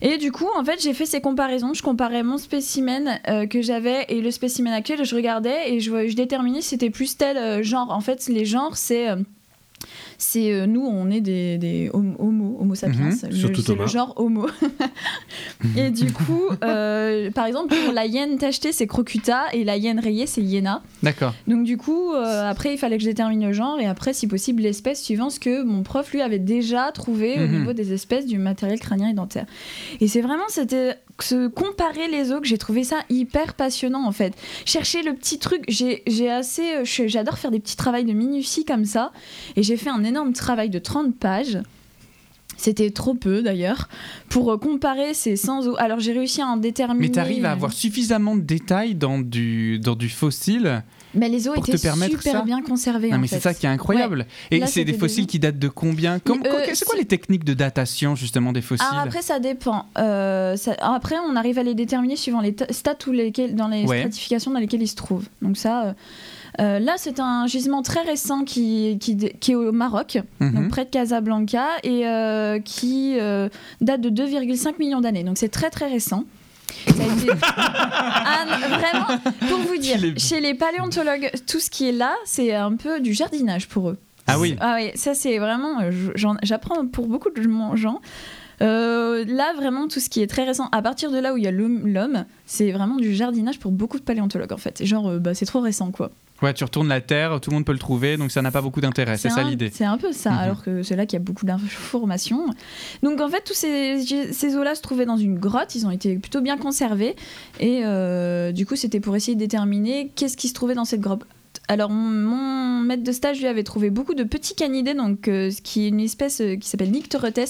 [SPEAKER 1] Et du coup, en fait, j'ai fait ces comparaisons. Je comparais mon spécimen euh, que j'avais et le spécimen actuel. Je regardais et je, vois- je déterminais si c'était plus tel euh, genre. En fait, les genres, c'est... euh, c'est euh, nous, on est des, des hom- homo, homo sapiens,
[SPEAKER 4] Mhm.
[SPEAKER 1] Le-
[SPEAKER 3] Surtout
[SPEAKER 1] c'est le
[SPEAKER 3] Thomas.
[SPEAKER 1] genre
[SPEAKER 3] <laughs>
[SPEAKER 1] homo. et du coup, euh, par exemple, pour la hyène tachetée, c'est crocuta et la hyène rayée, c'est hyena.
[SPEAKER 4] D'accord.
[SPEAKER 1] Donc du coup, euh, après, il fallait que je détermine le genre et après, si possible, l'espèce suivant ce que mon prof, lui, avait déjà trouvé au
[SPEAKER 4] Mhm.
[SPEAKER 1] niveau des espèces du matériel crânien et dentaire. Et c'est vraiment, c'était se comparer les autres, j'ai trouvé ça hyper passionnant en fait. Chercher le petit truc, j'ai j'ai assez, euh, je- j'adore faire des petits travaux de minutie comme ça, et j'ai fait un énorme travail de 30 pages. C'était trop peu d'ailleurs pour euh, comparer ces 100 os. Alors j'ai réussi à en déterminer. euh,
[SPEAKER 4] Mais t'arrives à avoir suffisamment de détails dans du, dans du fossile.
[SPEAKER 1] Mais les os
[SPEAKER 4] pour te
[SPEAKER 1] étaient
[SPEAKER 4] permettre
[SPEAKER 1] super
[SPEAKER 4] ça.
[SPEAKER 1] bien conservés.
[SPEAKER 4] non,
[SPEAKER 1] en
[SPEAKER 4] mais
[SPEAKER 1] fait.
[SPEAKER 4] c'est ça qui est incroyable. Et
[SPEAKER 1] Là,
[SPEAKER 4] c'est des
[SPEAKER 1] c'était
[SPEAKER 4] fossiles
[SPEAKER 1] des-
[SPEAKER 4] qui datent de combien Comment-
[SPEAKER 1] euh,
[SPEAKER 4] quoi- C'est quoi
[SPEAKER 1] c'est-
[SPEAKER 4] les techniques de datation justement des fossiles
[SPEAKER 1] Alors Ah, après, ça dépend. Euh, ça- alors après, on arrive à les déterminer suivant les ta- strates ou lesquelles- dans les
[SPEAKER 4] Ouais.
[SPEAKER 1] stratifications dans lesquelles ils se trouvent. Donc ça, euh, euh, là, c'est un gisement très récent qui, qui, qui est au Maroc, donc
[SPEAKER 4] Mhm.
[SPEAKER 1] près de Casablanca, et euh, qui euh, date de 2,5 millions d'années. Donc c'est très très récent. Ça a
[SPEAKER 4] <laughs>
[SPEAKER 1] été- Ah, non, vraiment, pour vous dire,
[SPEAKER 4] Il est-
[SPEAKER 1] chez les paléontologues, tout ce qui est là, c'est un peu du jardinage pour eux.
[SPEAKER 4] Ah oui.
[SPEAKER 1] Ah oui, ça c'est vraiment, euh, je- j'en- j'apprends pour beaucoup de gens. Euh, là vraiment tout ce qui est très récent, à partir de là où il y a l'homme, l'homme, c'est vraiment du jardinage pour beaucoup de paléontologues en fait. Genre euh, bah, c'est trop récent quoi.
[SPEAKER 4] Ouais, tu retournes la Terre, tout le monde peut le trouver, donc ça n'a pas beaucoup d'intérêt. C'est ça
[SPEAKER 1] un-
[SPEAKER 4] l'idée.
[SPEAKER 1] C'est un peu ça,
[SPEAKER 4] Mhm.
[SPEAKER 1] alors que c'est là qu'il y a beaucoup d'informations. Donc en fait, tous ces, ces eaux-là se trouvaient dans une grotte, ils ont été plutôt bien conservés. Et euh, du coup, c'était pour essayer de déterminer qu'est-ce qui se trouvait dans cette grotte. Alors mon, mon maître de stage lui avait trouvé beaucoup de petits canidés, donc euh, ce qui est une espèce euh, qui s'appelle Nycterotes.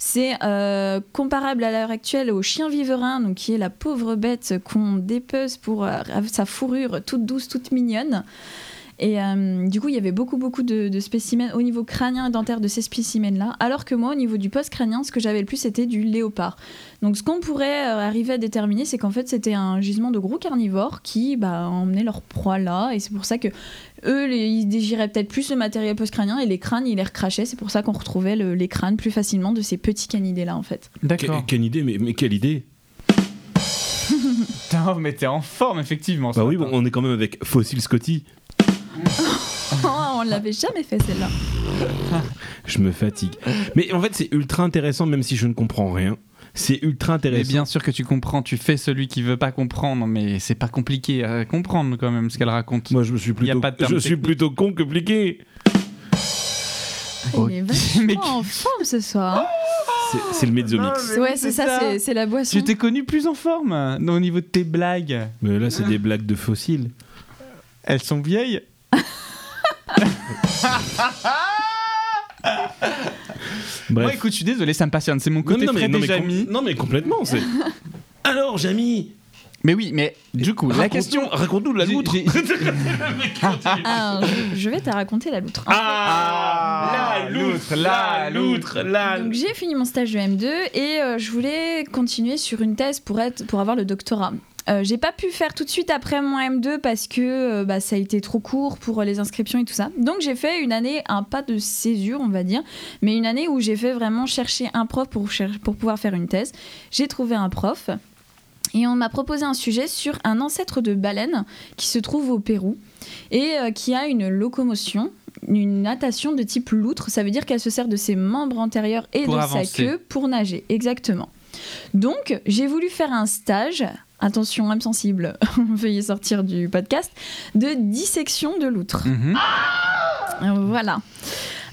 [SPEAKER 1] C'est euh, comparable à l'heure actuelle au chien viverain, donc qui est la pauvre bête qu'on dépece pour euh, sa fourrure toute douce, toute mignonne. Et euh, du coup, il y avait beaucoup, beaucoup de, de spécimens au niveau crânien et dentaire de ces spécimens-là. Alors que moi, au niveau du post-crânien, ce que j'avais le plus, c'était du léopard. Donc, ce qu'on pourrait euh, arriver à déterminer, c'est qu'en fait, c'était un gisement de gros carnivores qui bah, emmenaient leur proie là. Et c'est pour ça que eux, les- ils digéraient peut-être plus le matériel post-crânien et les crânes, ils les recrachaient. C'est pour ça qu'on retrouvait le- les crânes plus facilement de ces petits canidés-là, en fait.
[SPEAKER 4] D'accord.
[SPEAKER 3] Que- Quelle idée, mais, mais quelle idée
[SPEAKER 4] Putain, mais t'es en forme effectivement.
[SPEAKER 3] Bah
[SPEAKER 4] ce
[SPEAKER 3] oui, bon,
[SPEAKER 4] matin.
[SPEAKER 3] on est quand même avec Fossil Scotty.
[SPEAKER 1] <laughs> Oh, on ne l'avait jamais fait, celle-là.
[SPEAKER 3] Je me fatigue. Mais en fait, c'est ultra intéressant, même si je ne comprends rien. C'est ultra
[SPEAKER 4] Mais
[SPEAKER 3] intéressant.
[SPEAKER 4] bien sûr que tu comprends, tu fais celui qui veut pas comprendre, mais c'est pas compliqué à comprendre quand même ce qu'elle raconte.
[SPEAKER 3] Moi, je me suis
[SPEAKER 4] Y a
[SPEAKER 3] plutôt,
[SPEAKER 4] pas de terme
[SPEAKER 3] je suis
[SPEAKER 4] technique.
[SPEAKER 3] plutôt con que pliqué.
[SPEAKER 1] Il est Oh.
[SPEAKER 4] Ok,
[SPEAKER 1] <laughs> vachement
[SPEAKER 4] mais-
[SPEAKER 1] en forme ce soir. <laughs> hein.
[SPEAKER 3] C'est- C'est le
[SPEAKER 4] Ah
[SPEAKER 3] Mezzomix.
[SPEAKER 1] ouais, c'est ça, c'est- c'est la boisson.
[SPEAKER 4] Tu t'es connu plus en forme euh, au niveau de tes blagues.
[SPEAKER 3] Mais là, c'est des blagues de fossiles.
[SPEAKER 4] Elles sont vieilles.
[SPEAKER 3] Bref.
[SPEAKER 4] Moi, écoute, je suis désolé, ça me passionne. C'est mon
[SPEAKER 3] Non,
[SPEAKER 4] côté
[SPEAKER 3] non, mais,
[SPEAKER 4] Fred
[SPEAKER 3] non,
[SPEAKER 4] et
[SPEAKER 3] mais com-
[SPEAKER 4] Jamy.
[SPEAKER 3] non, mais complètement.
[SPEAKER 4] <laughs>
[SPEAKER 3] c'est- Alors, Jamy,
[SPEAKER 4] Mais oui, mais du coup, la
[SPEAKER 3] raconte-nous-
[SPEAKER 4] question.
[SPEAKER 3] Raconte-nous de la
[SPEAKER 4] J'ai-
[SPEAKER 3] loutre.
[SPEAKER 4] j'ai-
[SPEAKER 1] Ah, je, je vais te raconter la loutre.
[SPEAKER 3] Ah,
[SPEAKER 4] la loutre, la loutre,
[SPEAKER 3] la
[SPEAKER 1] Donc j'ai fini mon stage de M2 et euh, je voulais continuer sur une thèse pour, être, pour avoir le doctorat. Euh, j'ai pas pu faire tout de suite après mon M2 parce que euh, bah, ça a été trop court pour euh, les inscriptions et tout ça. Donc j'ai fait une année, un pas de césure on va dire, mais une année où j'ai fait vraiment chercher un prof pour, cher- pour pouvoir faire une thèse. J'ai trouvé un prof et on m'a proposé un sujet sur un ancêtre de baleine qui se trouve au Pérou et euh, qui a une locomotion, une natation de type loutre. Ça veut dire qu'elle se sert de ses membres antérieurs et
[SPEAKER 4] Pour
[SPEAKER 1] de
[SPEAKER 4] avancer.
[SPEAKER 1] sa queue pour nager. Exactement. Donc, j'ai voulu faire un stage, attention, âme <laughs> sensible, veuillez sortir du podcast, de dissection de loutre.
[SPEAKER 4] Mhm.
[SPEAKER 1] Voilà.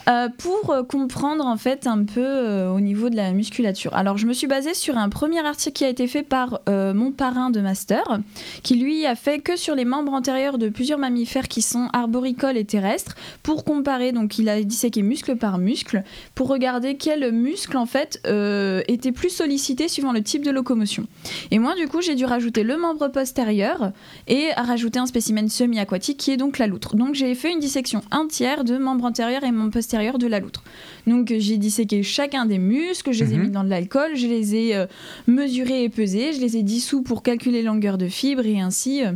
[SPEAKER 1] Euh, pour euh, comprendre en fait un peu euh, au niveau de la musculature. Alors je me suis basée sur un premier article qui a été fait par euh, mon parrain de master, qui lui a fait que sur les membres antérieurs de plusieurs mammifères qui sont arboricoles et terrestres, pour comparer, donc il a disséqué muscle par muscle, pour regarder quel muscle en fait euh, était plus sollicité suivant le type de locomotion. Et moi du coup j'ai dû rajouter le membre postérieur, et à rajouter un spécimen semi-aquatique qui est donc la loutre. Donc j'ai fait une dissection un tiers de membre antérieur et membre postérieur de la loutre. Donc euh, j'ai disséqué chacun des muscles, je les ai
[SPEAKER 4] Mhm.
[SPEAKER 1] mis dans de l'alcool, je les ai euh, mesurés et pesés, je les ai dissous pour calculer longueur de fibre et ainsi euh,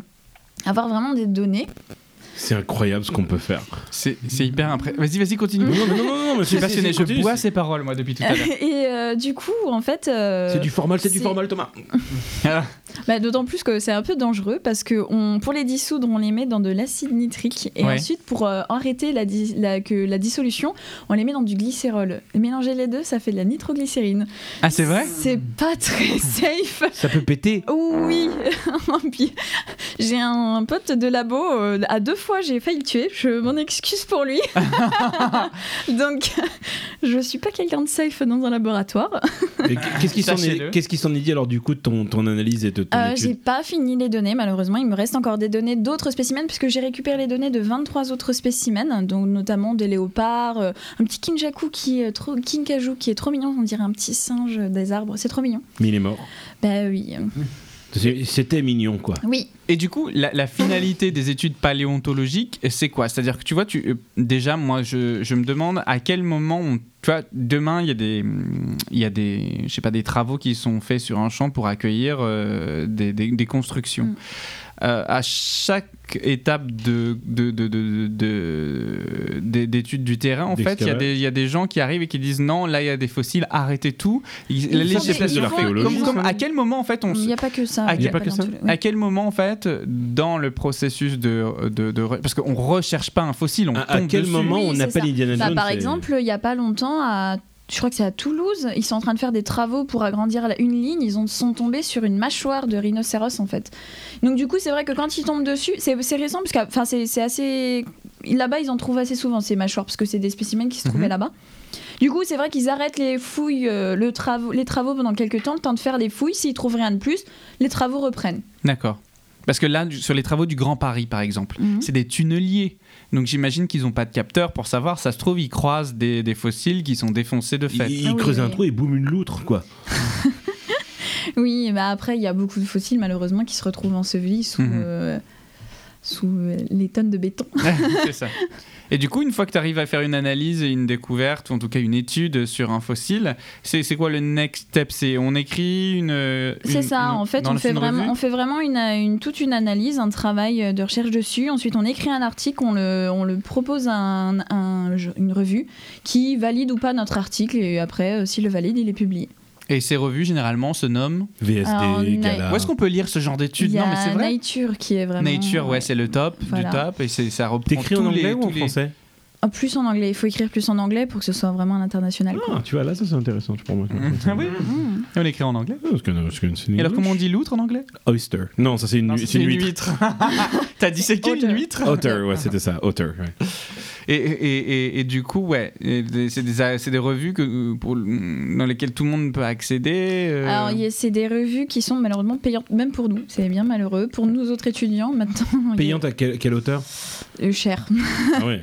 [SPEAKER 1] avoir vraiment des données.
[SPEAKER 3] C'est incroyable ce qu'on peut faire.
[SPEAKER 4] C'est c'est hyper impressionnant. Vas-y, vas-y, continue.
[SPEAKER 3] Non, non, non, non, non, mais
[SPEAKER 4] Je suis
[SPEAKER 3] c'est-
[SPEAKER 4] passionné,
[SPEAKER 3] c'est-
[SPEAKER 4] je
[SPEAKER 3] c'est-
[SPEAKER 4] bois ces paroles moi depuis tout à l'heure.
[SPEAKER 1] <laughs> et euh, du coup, en fait, euh,
[SPEAKER 3] C'est du formal, c'est du
[SPEAKER 1] c'est-
[SPEAKER 3] formal, Thomas.
[SPEAKER 4] Ah,
[SPEAKER 1] bah, d'autant plus que c'est un peu dangereux parce que on, pour les dissoudre, on les met dans de l'acide nitrique et
[SPEAKER 4] Ouais.
[SPEAKER 1] ensuite pour euh, arrêter la, dis- la- que la dissolution, on les met dans du glycérol. Mélanger les deux, ça fait de la nitroglycérine.
[SPEAKER 4] Ah, c'est vrai
[SPEAKER 1] C'est pas
[SPEAKER 4] <laughs>
[SPEAKER 1] très safe.
[SPEAKER 3] Ça peut péter.
[SPEAKER 1] <laughs> Oui, Puis, j'ai un pote de labo euh, à deux fois fois, j'ai failli le tuer. Je m'en excuse pour
[SPEAKER 4] <laughs>
[SPEAKER 1] lui. <laughs> Donc, <laughs> je suis pas quelqu'un de safe dans un laboratoire.
[SPEAKER 3] Et Qu'est-ce qui s'en est,
[SPEAKER 4] Sachez-le.
[SPEAKER 3] qu'est-ce qui s'en est dit alors du coup de ton, ton analyse et de ton
[SPEAKER 1] Euh, j'ai
[SPEAKER 3] étude
[SPEAKER 1] pas fini les données, malheureusement. Il me reste encore des données d'autres spécimens, puisque j'ai récupéré les données de 23 autres spécimens, donc notamment des léopards, euh, un petit kinjaku qui est trop, kinkajou qui est trop mignon, on dirait un petit singe des arbres. C'est trop mignon.
[SPEAKER 3] Mais il est mort.
[SPEAKER 1] Bah oui. euh,
[SPEAKER 3] C'est- C'était mignon quoi.
[SPEAKER 1] Oui.
[SPEAKER 4] Et du coup, la, la finalité des études paléontologiques, c'est quoi C'est-à-dire que tu vois, tu, euh, déjà, moi, je, je me demande à quel moment, on- tu vois, demain, il y a des, hum, il y a des, je sais pas, des travaux qui sont faits sur un champ pour accueillir euh, des, des- des constructions.
[SPEAKER 1] Mm.
[SPEAKER 4] Euh, à chaque étape de, de, de- de- de- de- d'étude du terrain, en fait, il y, a
[SPEAKER 3] D'excavage.
[SPEAKER 4] des- il y a des gens qui arrivent et qui disent non, là, il y a des fossiles, arrêtez tout. Ils-
[SPEAKER 1] Ils
[SPEAKER 4] les-
[SPEAKER 1] font des-
[SPEAKER 3] de
[SPEAKER 1] ils Mm.
[SPEAKER 3] l'archéologie.
[SPEAKER 1] font-
[SPEAKER 4] comme, comme- à quel moment, en fait, on
[SPEAKER 1] Il
[SPEAKER 4] se
[SPEAKER 1] n'y a pas que ça.
[SPEAKER 4] Ah,
[SPEAKER 1] il
[SPEAKER 4] il
[SPEAKER 1] y
[SPEAKER 4] y
[SPEAKER 1] a
[SPEAKER 4] a
[SPEAKER 1] pas
[SPEAKER 4] que ça
[SPEAKER 1] d'entre- oui.
[SPEAKER 4] à quel moment, en fait, dans le processus de. de, de- parce qu'on recherche pas un fossile, on
[SPEAKER 3] À, à
[SPEAKER 4] tombe
[SPEAKER 3] quel
[SPEAKER 4] dessus.
[SPEAKER 3] moment
[SPEAKER 1] Oui,
[SPEAKER 3] on
[SPEAKER 1] c'est
[SPEAKER 3] appelle
[SPEAKER 1] ça.
[SPEAKER 3] Indiana
[SPEAKER 1] Bah,
[SPEAKER 3] Jones
[SPEAKER 1] par
[SPEAKER 3] et-
[SPEAKER 1] exemple, il n'y a pas longtemps, à, je crois que c'est à Toulouse, ils sont en train de faire des travaux pour agrandir la- une ligne. Ils ont, sont tombés sur une mâchoire de rhinocéros, en fait. Donc, du coup, c'est vrai que quand ils tombent dessus, c'est c'est récent, parce que enfin, c'est c'est assez. Là-bas, ils en trouvent assez souvent ces mâchoires, parce que c'est des spécimens qui se trouvaient
[SPEAKER 4] Mhm.
[SPEAKER 1] là-bas. Du coup, c'est vrai qu'ils arrêtent les fouilles, euh, le travaux- les travaux pendant quelques temps, le temps de faire les fouilles. S'ils trouvent rien de plus, les travaux reprennent.
[SPEAKER 4] D'accord. Parce que là, du- sur les travaux du Grand Paris, par exemple,
[SPEAKER 1] Mhm.
[SPEAKER 4] c'est des tunneliers. Donc j'imagine qu'ils n'ont pas de capteur pour savoir, ça se trouve, ils creusent des, des fossiles qui sont défoncés de fait.
[SPEAKER 3] Il,
[SPEAKER 1] Ah
[SPEAKER 3] il
[SPEAKER 1] oui,
[SPEAKER 3] creuse
[SPEAKER 1] oui,
[SPEAKER 3] un
[SPEAKER 1] oui.
[SPEAKER 3] trou et boum une loutre quoi.
[SPEAKER 1] Oui, mais après, il y a beaucoup de fossiles, malheureusement, qui se retrouvent ensevelis sous,
[SPEAKER 4] Mhm.
[SPEAKER 1] euh, sous euh, les tonnes de béton.
[SPEAKER 4] <laughs> C'est ça. Et du coup, une fois que tu arrives à faire une analyse et une découverte, ou en tout cas une étude sur un fossile, c'est c'est quoi le next step C'est on écrit une. une-
[SPEAKER 1] C'est ça,
[SPEAKER 4] une-
[SPEAKER 1] en fait,
[SPEAKER 4] dans
[SPEAKER 1] on
[SPEAKER 4] la
[SPEAKER 1] fait,
[SPEAKER 4] film
[SPEAKER 1] vraiment,
[SPEAKER 4] review
[SPEAKER 1] on fait vraiment une, une- toute une analyse, un travail euh, de recherche dessus. Ensuite, on écrit un article, on le, on le propose à un- un- une revue qui valide ou pas notre article. Et après, euh, s'il le valide, il est publié.
[SPEAKER 4] Et ces revues, généralement, se nomment.
[SPEAKER 3] VSD,
[SPEAKER 1] Alors, na-
[SPEAKER 3] gala.
[SPEAKER 4] Où est-ce qu'on peut lire ce genre d'études
[SPEAKER 1] il y
[SPEAKER 4] Non,
[SPEAKER 1] a
[SPEAKER 4] mais c'est vrai.
[SPEAKER 1] Nature qui est vraiment.
[SPEAKER 4] Nature, ouais, c'est le top
[SPEAKER 1] Voilà.
[SPEAKER 4] du top et c'est ça reprend
[SPEAKER 3] T'écris en
[SPEAKER 4] tous les-
[SPEAKER 3] anglais ou en
[SPEAKER 4] tous les-
[SPEAKER 3] français
[SPEAKER 1] euh, En plus en anglais, il faut écrire plus en anglais pour que ce soit vraiment à l'international. quoi.
[SPEAKER 3] Ah, tu vois là ça c'est intéressant pour moi.
[SPEAKER 4] <laughs> ah oui,
[SPEAKER 1] Mhm.
[SPEAKER 4] on l'écrit en anglais.
[SPEAKER 3] Ah, parce que- parce que c'est une
[SPEAKER 4] Et alors comment on dit loutre en anglais
[SPEAKER 3] Oyster. Non, ça c'est une,
[SPEAKER 4] Non,
[SPEAKER 3] c'est une huître.
[SPEAKER 4] <laughs> T'as dit c'est qui
[SPEAKER 1] Auteur.
[SPEAKER 4] une huître
[SPEAKER 3] <laughs> Otter, ouais, c'était ça, Otter. ouais.
[SPEAKER 4] et, et, et, et du coup, ouais, et des- c'est des, c'est des revues que, pour, dans lesquelles tout le monde peut accéder. euh,
[SPEAKER 1] Alors, il y a- c'est des revues qui sont malheureusement payantes, même pour nous. C'est bien malheureux. Pour nous autres étudiants, maintenant, <laughs> il y a-
[SPEAKER 3] Payante à quelle quelle hauteur
[SPEAKER 1] Euh, cher.
[SPEAKER 3] Ah ouais.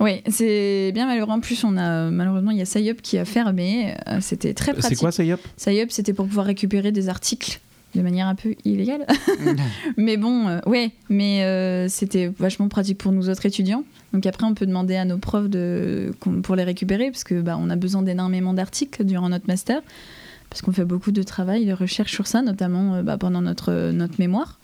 [SPEAKER 1] Oui, c'est bien malheureux. En plus, on a malheureusement il y a SciUp qui a fermé. Euh, C'était très
[SPEAKER 3] C'est
[SPEAKER 1] pratique.
[SPEAKER 3] quoi ça, Yop
[SPEAKER 1] SciUp, c'était pour pouvoir récupérer des articles de manière un peu illégale. mais bon, euh, ouais, mais euh, c'était vachement pratique pour nous autres étudiants. Donc après, on peut demander à nos profs de, qu'on- pour les récupérer parce que bah, on a besoin d'énormément d'articles durant notre master parce qu'on fait beaucoup de travail de recherche sur ça, notamment euh, bah, pendant notre notre mémoire.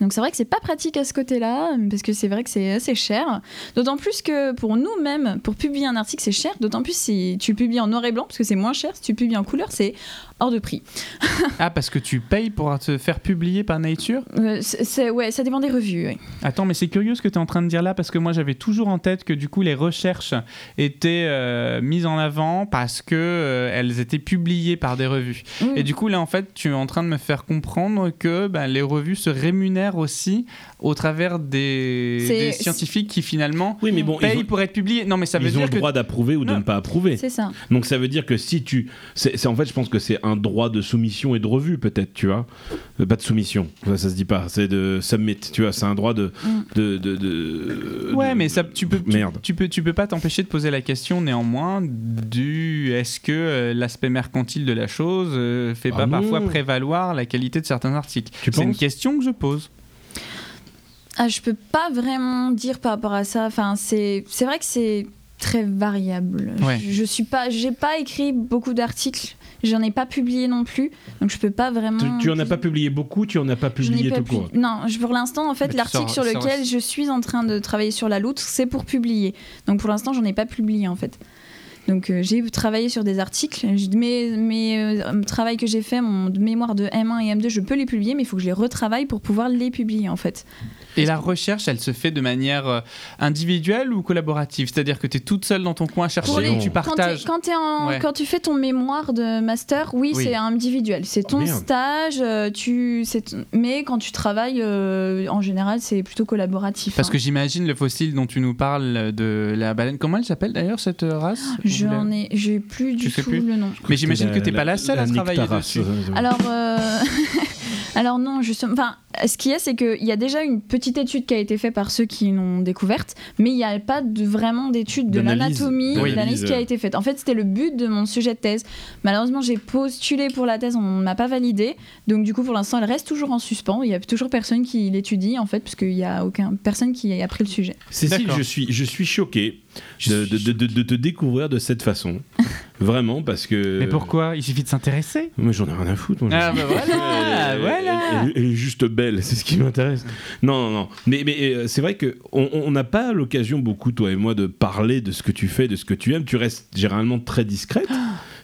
[SPEAKER 1] Donc c'est vrai que c'est pas pratique à ce côté-là, parce que c'est vrai que c'est assez cher. D'autant plus que pour nous-mêmes, pour publier un article, c'est cher. D'autant plus si tu le publies en noir et blanc, parce que c'est moins cher. Si tu le publies en couleur, c'est hors de prix.
[SPEAKER 4] <laughs> Ah, parce que tu payes pour te faire publier par Nature
[SPEAKER 1] Euh, c'est- c'est- ouais, ça dépend des revues. ouais.
[SPEAKER 4] Attends, mais c'est curieux ce que tu es en train de dire là, parce que moi j'avais toujours en tête que du coup les recherches étaient euh, mises en avant parce que euh, elles étaient publiées par des revues.
[SPEAKER 1] Mm.
[SPEAKER 4] Et du coup, là, en fait, tu es en train de me faire comprendre que ben, les revues se rémunèrent aussi au travers des,
[SPEAKER 1] C'est-
[SPEAKER 4] des scientifiques qui finalement
[SPEAKER 3] Oui, mais bon, ils
[SPEAKER 4] payent
[SPEAKER 3] ont,
[SPEAKER 4] pour être publiés. Non, mais ça veut
[SPEAKER 3] ils ont
[SPEAKER 4] dire
[SPEAKER 3] le
[SPEAKER 4] que.
[SPEAKER 3] droit d'approuver ou de
[SPEAKER 4] Non.
[SPEAKER 3] ne pas approuver.
[SPEAKER 1] C'est ça.
[SPEAKER 3] Donc ça veut dire que si tu, c'est c'est- en fait, je pense que c'est un droit de soumission et de revue peut-être, tu vois, Euh, pas de soumission, ça, ça se dit pas, c'est de submit, tu vois, c'est un droit de,
[SPEAKER 1] Mm.
[SPEAKER 3] de, de, de-
[SPEAKER 4] Ouais,
[SPEAKER 3] de-
[SPEAKER 4] mais ça, tu peux, tu,
[SPEAKER 3] Merde.
[SPEAKER 4] tu peux, tu peux pas t'empêcher de poser la question néanmoins du est-ce que euh, l'aspect mercantile de la chose euh, fait
[SPEAKER 3] Ah
[SPEAKER 4] pas
[SPEAKER 3] non.
[SPEAKER 4] parfois prévaloir la qualité de certains articles
[SPEAKER 3] Tu
[SPEAKER 4] C'est une
[SPEAKER 3] penses
[SPEAKER 4] question que je pose.
[SPEAKER 1] Ah, je peux pas vraiment dire par rapport à ça. Enfin, c'est c'est vrai que c'est très variable.
[SPEAKER 4] Ouais.
[SPEAKER 1] Je, je suis pas, j'ai pas écrit beaucoup d'articles. J'en ai pas publié non plus, donc je peux pas vraiment.
[SPEAKER 3] Tu, tu en as pas publié beaucoup, tu en as pas
[SPEAKER 1] Je n'ai
[SPEAKER 3] publié
[SPEAKER 1] pas
[SPEAKER 3] tout
[SPEAKER 1] publié-
[SPEAKER 3] court.
[SPEAKER 1] Non, je- pour l'instant, en
[SPEAKER 4] Mais
[SPEAKER 1] fait,
[SPEAKER 4] tu
[SPEAKER 1] l'article sur
[SPEAKER 4] sors- sors
[SPEAKER 1] lequel
[SPEAKER 4] aussi.
[SPEAKER 1] je suis en train de travailler sur la loutre, c'est pour publier. Donc pour l'instant, j'en ai pas publié en fait. Donc euh, j'ai travaillé sur des articles. J- Mes, mes euh, travail que j'ai fait, mon mémoire de M1 et M2, je peux les publier, mais il faut que je les retravaille pour pouvoir les publier en fait.
[SPEAKER 4] Et la recherche, elle se fait de manière euh, individuelle ou collaborative C'est-à-dire que tu es toute seule dans ton coin à
[SPEAKER 1] Pour
[SPEAKER 4] chercher
[SPEAKER 1] les-
[SPEAKER 4] ou tu
[SPEAKER 1] Quand, t'es-
[SPEAKER 4] partages
[SPEAKER 1] quand, t'es en-
[SPEAKER 4] Ouais.
[SPEAKER 1] quand tu fais ton mémoire de master, oui,
[SPEAKER 4] Oui.
[SPEAKER 1] c'est individuel. C'est ton
[SPEAKER 3] merde.
[SPEAKER 1] stage, euh, tu, c'est ton- mais quand tu travailles, euh, en général, c'est plutôt collaboratif.
[SPEAKER 4] Parce
[SPEAKER 1] hein.
[SPEAKER 4] que j'imagine le fossile dont tu nous parles euh, de la baleine. Comment elle s'appelle d'ailleurs cette euh, race
[SPEAKER 1] je
[SPEAKER 4] Vous la-
[SPEAKER 1] n'en ai, j'ai plus du
[SPEAKER 4] sais
[SPEAKER 1] tout
[SPEAKER 4] plus
[SPEAKER 1] le nom.
[SPEAKER 4] Mais j'imagine que t'es pas la seule à travailler
[SPEAKER 3] Nyctara,
[SPEAKER 4] dessus.
[SPEAKER 3] ça, ça, ça.
[SPEAKER 1] Alors, euh, <laughs> alors non, justement. Enfin, ce qu'il y a, c'est qu'il y a déjà une petite étude qui a été faite par ceux qui l'ont découverte, mais il n'y a pas de, vraiment d'étude de
[SPEAKER 3] D'analyse. euh.
[SPEAKER 1] l'anatomie,
[SPEAKER 3] Oui.
[SPEAKER 1] de l'analyse qui a été faite. En fait, c'était le but de mon sujet de thèse. Malheureusement, j'ai postulé pour la thèse, on ne m'a pas validé. Donc, du coup, pour l'instant, elle reste toujours en suspens. Il n'y a toujours personne qui l'étudie, en fait, parce qu'il n'y a aucun, personne qui a pris le sujet.
[SPEAKER 3] Cécile,
[SPEAKER 4] D'accord.
[SPEAKER 3] je suis, je suis choqué de, de- de- de- de te découvrir de cette
[SPEAKER 4] <laughs>
[SPEAKER 3] façon. Vraiment, parce que.
[SPEAKER 4] Mais pourquoi Il suffit de s'intéresser.
[SPEAKER 3] Moi, j'en ai rien à foutre. moi, je-
[SPEAKER 4] Ah
[SPEAKER 3] <laughs>
[SPEAKER 4] bah voilà,
[SPEAKER 3] Elle-
[SPEAKER 4] voilà.
[SPEAKER 3] elle- elle est juste belle, c'est ce qui m'intéresse. Non, non, non. Mais, mais euh, c'est vrai que on on n'a pas l'occasion beaucoup, toi et moi, de parler de ce que tu fais, de ce que tu aimes. Tu restes généralement très
[SPEAKER 4] <gasps>
[SPEAKER 3] discrète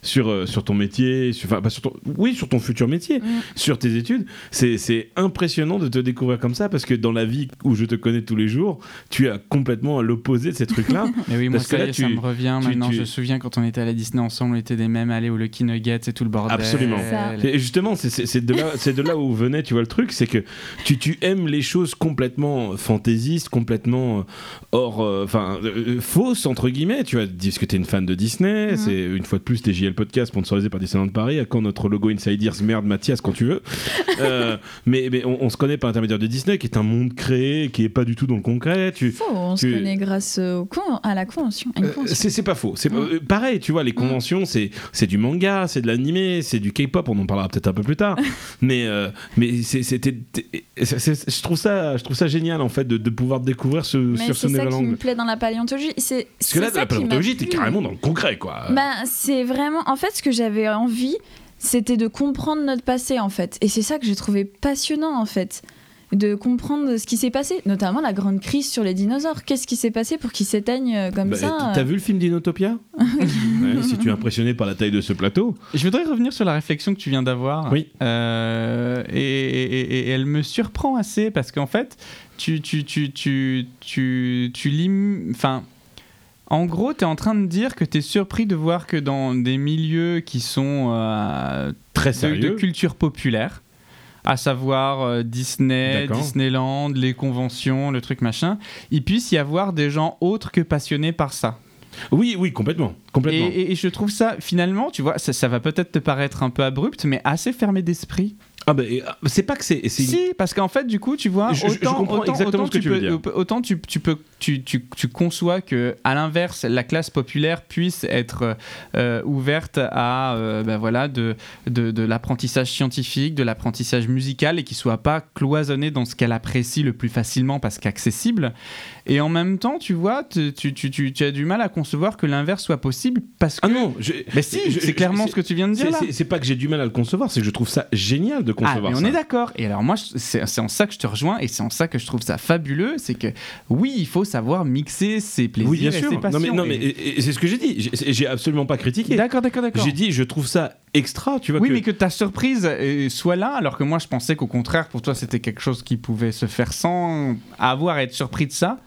[SPEAKER 3] sur, euh, sur ton métier, sur, enfin, pas sur ton, oui, sur ton futur métier,
[SPEAKER 1] Mm.
[SPEAKER 3] sur tes études. C'est c'est impressionnant de te découvrir comme ça parce que dans la vie où je te connais tous les jours, tu es complètement à l'opposé de ces trucs-là.
[SPEAKER 4] Mais oui, moi
[SPEAKER 3] Parce que
[SPEAKER 4] ça, y
[SPEAKER 3] là,
[SPEAKER 4] est,
[SPEAKER 3] tu-
[SPEAKER 4] ça me revient
[SPEAKER 3] tu-
[SPEAKER 4] maintenant.
[SPEAKER 3] tu-
[SPEAKER 4] Je me souviens quand on était à la Disney ensemble, on était des mêmes allées au Lucky Nuggets et tout le bordel.
[SPEAKER 3] Absolument.
[SPEAKER 1] Ça.
[SPEAKER 3] Et justement, c'est- c'est c'est de, là- c'est de là où venait, tu vois, le truc, c'est que tu, tu aimes les choses complètement fantaisistes, complètement euh, hors, euh, enfin, euh, euh, fausses, entre guillemets. Tu vois, dis que t'es une fan de Disney,
[SPEAKER 1] Mhm.
[SPEAKER 3] c'est une fois de plus TJL Podcast, sponsorisé par Disneyland Paris, à quand notre logo Insiders, merde, Mathias, quand tu veux. Euh, mais mais on, on se connaît par l'intermédiaire de Disney, qui est un monde créé, qui est pas du tout dans le concret. Tu,
[SPEAKER 1] Faux, on
[SPEAKER 3] Tu-
[SPEAKER 1] se connaît grâce au con- à la convention. à une Ah.
[SPEAKER 3] euh,
[SPEAKER 1] convention.
[SPEAKER 3] c'est c'est pas faux. C'est pas- euh, pareil, tu vois, les conventions, c'est c'est du manga, c'est de l'animé, c'est du K-pop. On en parlera peut-être un peu plus
[SPEAKER 1] Ah.
[SPEAKER 3] tard. <laughs> mais euh, mais c'est- c'était, t'es- c'est- c'est- je trouve ça, je trouve ça génial en fait de, de pouvoir découvrir ce
[SPEAKER 1] Mais
[SPEAKER 3] sur ce
[SPEAKER 1] c'est ça
[SPEAKER 3] nouvel
[SPEAKER 1] qui
[SPEAKER 3] angle.
[SPEAKER 1] me plaît dans la paléontologie. C'est
[SPEAKER 3] Parce que là,
[SPEAKER 1] c'est
[SPEAKER 3] de
[SPEAKER 1] ça qui
[SPEAKER 3] la
[SPEAKER 1] m'a
[SPEAKER 3] paléontologie, t'es
[SPEAKER 1] plu.
[SPEAKER 3] carrément dans le concret, quoi.
[SPEAKER 1] Bah, c'est vraiment. En fait, ce que j'avais envie, c'était de comprendre notre passé, en fait. Et c'est ça que j'ai trouvé passionnant, en fait. De comprendre ce qui s'est passé, notamment la grande crise sur les dinosaures. Qu'est-ce qui s'est passé pour qu'ils s'éteignent euh, comme
[SPEAKER 3] Bah,
[SPEAKER 1] ça
[SPEAKER 3] T'as
[SPEAKER 1] euh,
[SPEAKER 3] vu le
[SPEAKER 1] <laughs>
[SPEAKER 3] film d'Inotopia Ouais, Si tu es impressionné par la taille de ce plateau,
[SPEAKER 4] Je voudrais revenir sur la réflexion que tu viens d'avoir.
[SPEAKER 3] Oui.
[SPEAKER 4] Euh, et, et- et- et elle me surprend assez parce qu'en fait, tu, tu, tu, tu, tu, tu lim- Enfin. En gros, tu es en train de dire que tu es surpris de voir que dans des milieux qui sont euh,
[SPEAKER 3] très
[SPEAKER 4] de, de
[SPEAKER 3] sérieux.
[SPEAKER 4] culture populaire, à savoir euh, Disney,
[SPEAKER 3] D'accord.
[SPEAKER 4] Disneyland, les conventions, le truc machin, il puisse y avoir des gens autres que passionnés par ça.
[SPEAKER 3] Oui, oui, complètement, complètement.
[SPEAKER 4] Et, et- et je trouve ça, finalement, tu vois, ça, ça va peut-être te paraître un peu abrupt, mais assez fermé d'esprit.
[SPEAKER 3] Ah bah, et, ah, c'est pas que c'est, c'est une-
[SPEAKER 4] Si, parce qu'en fait, du coup, tu vois,
[SPEAKER 3] Je- je- je
[SPEAKER 4] autant,
[SPEAKER 3] comprends
[SPEAKER 4] autant-
[SPEAKER 3] exactement ce
[SPEAKER 4] autant
[SPEAKER 3] que
[SPEAKER 4] tu
[SPEAKER 3] tu veux
[SPEAKER 4] peux, euh,
[SPEAKER 3] dire.
[SPEAKER 4] autant tu, tu peux, tu, tu- tu conçois que, à l'inverse, la classe populaire puisse être euh, ouverte à, euh, ben voilà, de, de, de l'apprentissage scientifique, de l'apprentissage musical, et qui soit pas cloisonné dans ce qu'elle apprécie le plus facilement parce qu'accessible. Et en même temps, tu vois, tu, tu, tu- tu- tu as du mal à concevoir que l'inverse soit possible parce que
[SPEAKER 3] Ah non, je-
[SPEAKER 4] mais si,
[SPEAKER 3] je- je-
[SPEAKER 4] c'est clairement
[SPEAKER 3] c'est-
[SPEAKER 4] ce que tu viens de dire
[SPEAKER 3] c'est-
[SPEAKER 4] là.
[SPEAKER 3] c'est- c'est pas que j'ai du mal à le concevoir, c'est que je trouve ça génial de
[SPEAKER 4] Ah,
[SPEAKER 3] concevoir
[SPEAKER 4] mais on
[SPEAKER 3] ça.
[SPEAKER 4] est d'accord. Et alors moi, je- c'est c'est en ça que je te rejoins et c'est en ça que je trouve ça fabuleux, c'est que oui, il faut savoir mixer ses plaisirs
[SPEAKER 3] Oui, bien
[SPEAKER 4] et ses
[SPEAKER 3] sûr.
[SPEAKER 4] passions.
[SPEAKER 3] Non, mais, non, mais
[SPEAKER 4] Et-
[SPEAKER 3] et- et c'est ce que j'ai dit. J'ai- J'ai absolument pas critiqué.
[SPEAKER 4] D'accord, d'accord, d'accord.
[SPEAKER 3] J'ai dit, je trouve ça extra, tu vois.
[SPEAKER 4] Oui,
[SPEAKER 3] que-
[SPEAKER 4] mais que ta surprise euh, soit là, alors que moi je pensais qu'au contraire, pour toi, c'était quelque chose qui pouvait se faire sans avoir à être surpris de ça,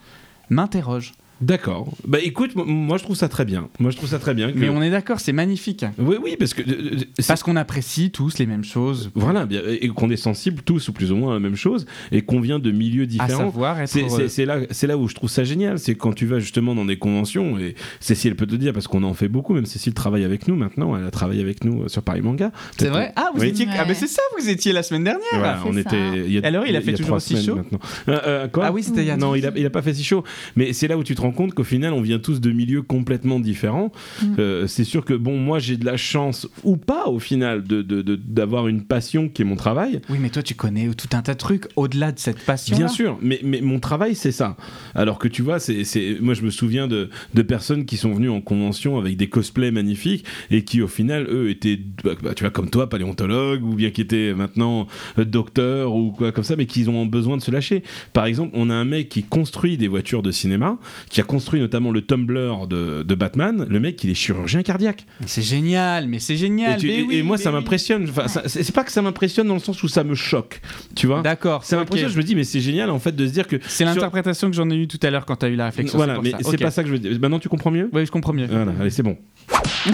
[SPEAKER 4] m'interroge.
[SPEAKER 3] D'accord. Bah écoute, mo- moi je trouve ça très bien. Moi je trouve ça très bien. que-
[SPEAKER 4] Mais on est d'accord, c'est magnifique.
[SPEAKER 3] Oui, oui, parce que. euh, euh, c'est-
[SPEAKER 4] Parce qu'on apprécie tous les mêmes choses,
[SPEAKER 3] Voilà, bien, et qu'on est sensible tous ou plus ou moins à la même chose, et qu'on vient de milieux
[SPEAKER 4] à
[SPEAKER 3] différents.
[SPEAKER 4] savoir Ah, être euh,
[SPEAKER 3] C'est- C'est
[SPEAKER 4] heureux.
[SPEAKER 3] c'est là, c'est là où je trouve ça génial, c'est quand tu vas justement dans des conventions, et Cécile peut te dire, parce qu'on en fait beaucoup, même Cécile travaille avec nous maintenant, elle a travaillé avec nous euh, sur Paris Manga.
[SPEAKER 4] C'est
[SPEAKER 3] Peut-être-
[SPEAKER 4] vrai Ah, vous
[SPEAKER 3] Oui.
[SPEAKER 4] étiez. Ah,
[SPEAKER 1] Ouais.
[SPEAKER 4] mais c'est ça, vous étiez la semaine dernière.
[SPEAKER 3] Voilà,
[SPEAKER 1] c'est
[SPEAKER 3] on
[SPEAKER 1] ça.
[SPEAKER 3] était. y
[SPEAKER 4] Alors, il a fait toujours
[SPEAKER 3] trois
[SPEAKER 4] aussi
[SPEAKER 3] semaines
[SPEAKER 4] chaud
[SPEAKER 3] maintenant. Euh, euh, quoi
[SPEAKER 4] Ah oui, c'était il y a
[SPEAKER 3] Non, il a, il a pas fait si chaud. Mais c'est là où tu te rends compte qu'au final, on vient tous de milieux complètement différents.
[SPEAKER 1] Mm.
[SPEAKER 3] Euh, c'est sûr que, bon, moi, j'ai de la chance, ou pas au final, d'avoir de, de- d'avoir une passion qui est mon travail.
[SPEAKER 4] Oui, mais toi, tu connais tout un tas de trucs au-delà de cette passion.
[SPEAKER 3] Bien sûr, mais, mais mon travail c'est ça. Alors que tu vois, c'est c'est- moi je me souviens de, de personnes qui sont venues en convention avec des cosplays magnifiques et qui au final eux étaient, bah, bah, tu vois, comme toi, paléontologues ou bien qui étaient maintenant euh, docteurs ou quoi comme ça, mais qui ont besoin de se lâcher. Par exemple, on a un mec qui construit des voitures de cinéma, qui a construit notamment le Tumblr de, de Batman, le mec, il est chirurgien cardiaque.
[SPEAKER 4] C'est génial, mais c'est
[SPEAKER 3] Et,
[SPEAKER 4] génial.
[SPEAKER 3] tu-
[SPEAKER 4] mais
[SPEAKER 3] et-
[SPEAKER 4] Ah, ben oui,
[SPEAKER 3] et moi,
[SPEAKER 4] mais
[SPEAKER 3] ça
[SPEAKER 4] oui.
[SPEAKER 3] m'impressionne. Enfin, ça- c'est c'est pas que ça m'impressionne dans le sens où ça me choque, tu vois.
[SPEAKER 4] D'accord,
[SPEAKER 3] hein. Ça
[SPEAKER 4] ok.
[SPEAKER 3] m'impressionne. Je me dis, mais c'est génial en fait de se dire que.
[SPEAKER 4] C'est l'interprétation que j'en ai eue tout à l'heure quand tu as eu la réflexion.
[SPEAKER 3] Voilà,
[SPEAKER 4] c'est pour
[SPEAKER 3] mais
[SPEAKER 4] ça.
[SPEAKER 3] c'est
[SPEAKER 4] Ok.
[SPEAKER 3] pas ça que je veux dire. Maintenant, tu comprends mieux.
[SPEAKER 4] Ouais, je comprends mieux.
[SPEAKER 3] Voilà, allez, c'est bon.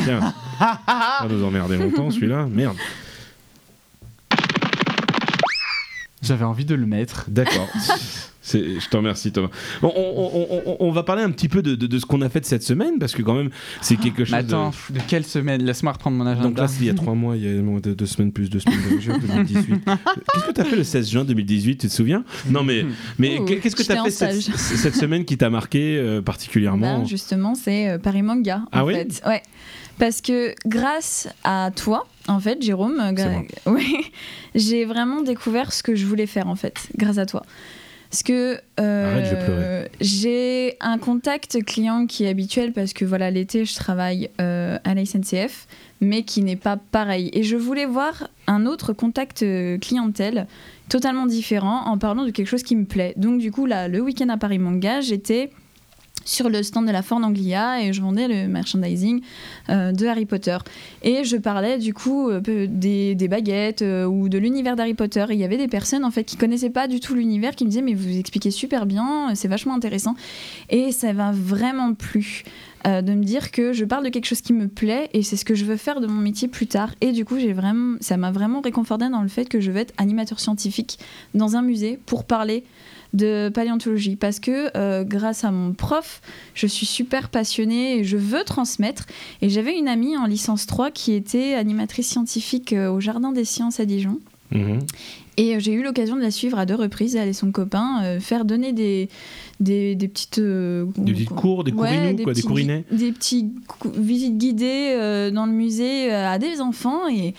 [SPEAKER 3] Tiens, pas nous emmerder longtemps, celui-là. Merde.
[SPEAKER 4] J'avais envie de le mettre.
[SPEAKER 3] D'accord. C'est- Je te remercie Thomas. Bon, on, on- on- on- on va parler un petit peu de, de- de ce qu'on a fait de cette semaine parce que quand même c'est quelque chose.
[SPEAKER 4] Mais
[SPEAKER 3] de-
[SPEAKER 4] attends, pff, de... quelle semaine Laisse-moi reprendre mon agenda.
[SPEAKER 3] Donc là c'est il y a trois mois, il y a bon, deux, deux semaines plus deux semaines de juin 2018. Qu'est-ce que t'as fait le 16 juin 2018 Tu te souviens Non mais mais
[SPEAKER 1] Ouh,
[SPEAKER 3] qu'est-ce que
[SPEAKER 1] j'étais
[SPEAKER 3] t'as
[SPEAKER 1] en
[SPEAKER 3] fait cette,
[SPEAKER 1] stage.
[SPEAKER 3] cette semaine qui t'a marqué euh, particulièrement
[SPEAKER 1] Ben, justement, c'est euh, Paris Manga.
[SPEAKER 3] Ah
[SPEAKER 1] en
[SPEAKER 3] oui
[SPEAKER 1] fait. Ouais. Parce que grâce à toi, en fait, Jérôme, euh, gra- <laughs> ouais, j'ai vraiment découvert ce que je voulais faire, en fait, grâce à toi. Parce que euh,
[SPEAKER 3] Arrête, je vais pleurer.
[SPEAKER 1] j'ai un contact client qui est habituel parce que voilà l'été je travaille euh, à la SNCF mais qui n'est pas pareil et je voulais voir un autre contact euh, clientèle totalement différent en parlant de quelque chose qui me plaît donc du coup là le week-end à Paris Manga j'étais sur le stand de la Ford Anglia et je vendais le merchandising euh, de Harry Potter. Et je parlais du coup euh, peu- des, des baguettes euh, ou de l'univers d'Harry Potter. Et il y avait des personnes en fait qui connaissaient pas du tout l'univers qui me disaient mais vous expliquez super bien, euh, c'est vachement intéressant. Et ça m'a vraiment plu euh, de me dire que je parle de quelque chose qui me plaît et c'est ce que je veux faire de mon métier plus tard. Et du coup j'ai vraiment, ça m'a vraiment réconforté dans le fait que je veux être animateur scientifique dans un musée pour parler de paléontologie parce que euh, grâce à mon prof je suis super passionnée et je veux transmettre. Et j'avais une amie en licence 3 qui était animatrice scientifique euh, au Jardin des Sciences à Dijon.
[SPEAKER 3] Mhm.
[SPEAKER 1] Et euh, j'ai eu l'occasion de la suivre à deux reprises, elle et son copain, euh, faire donner des, des, des petites... euh,
[SPEAKER 3] Des petits cours, des
[SPEAKER 1] Ouais,
[SPEAKER 3] courinous, quoi, des
[SPEAKER 1] petits-
[SPEAKER 3] courinets.
[SPEAKER 1] Des petites cou- visites guidées euh, dans le musée euh, à des enfants. Et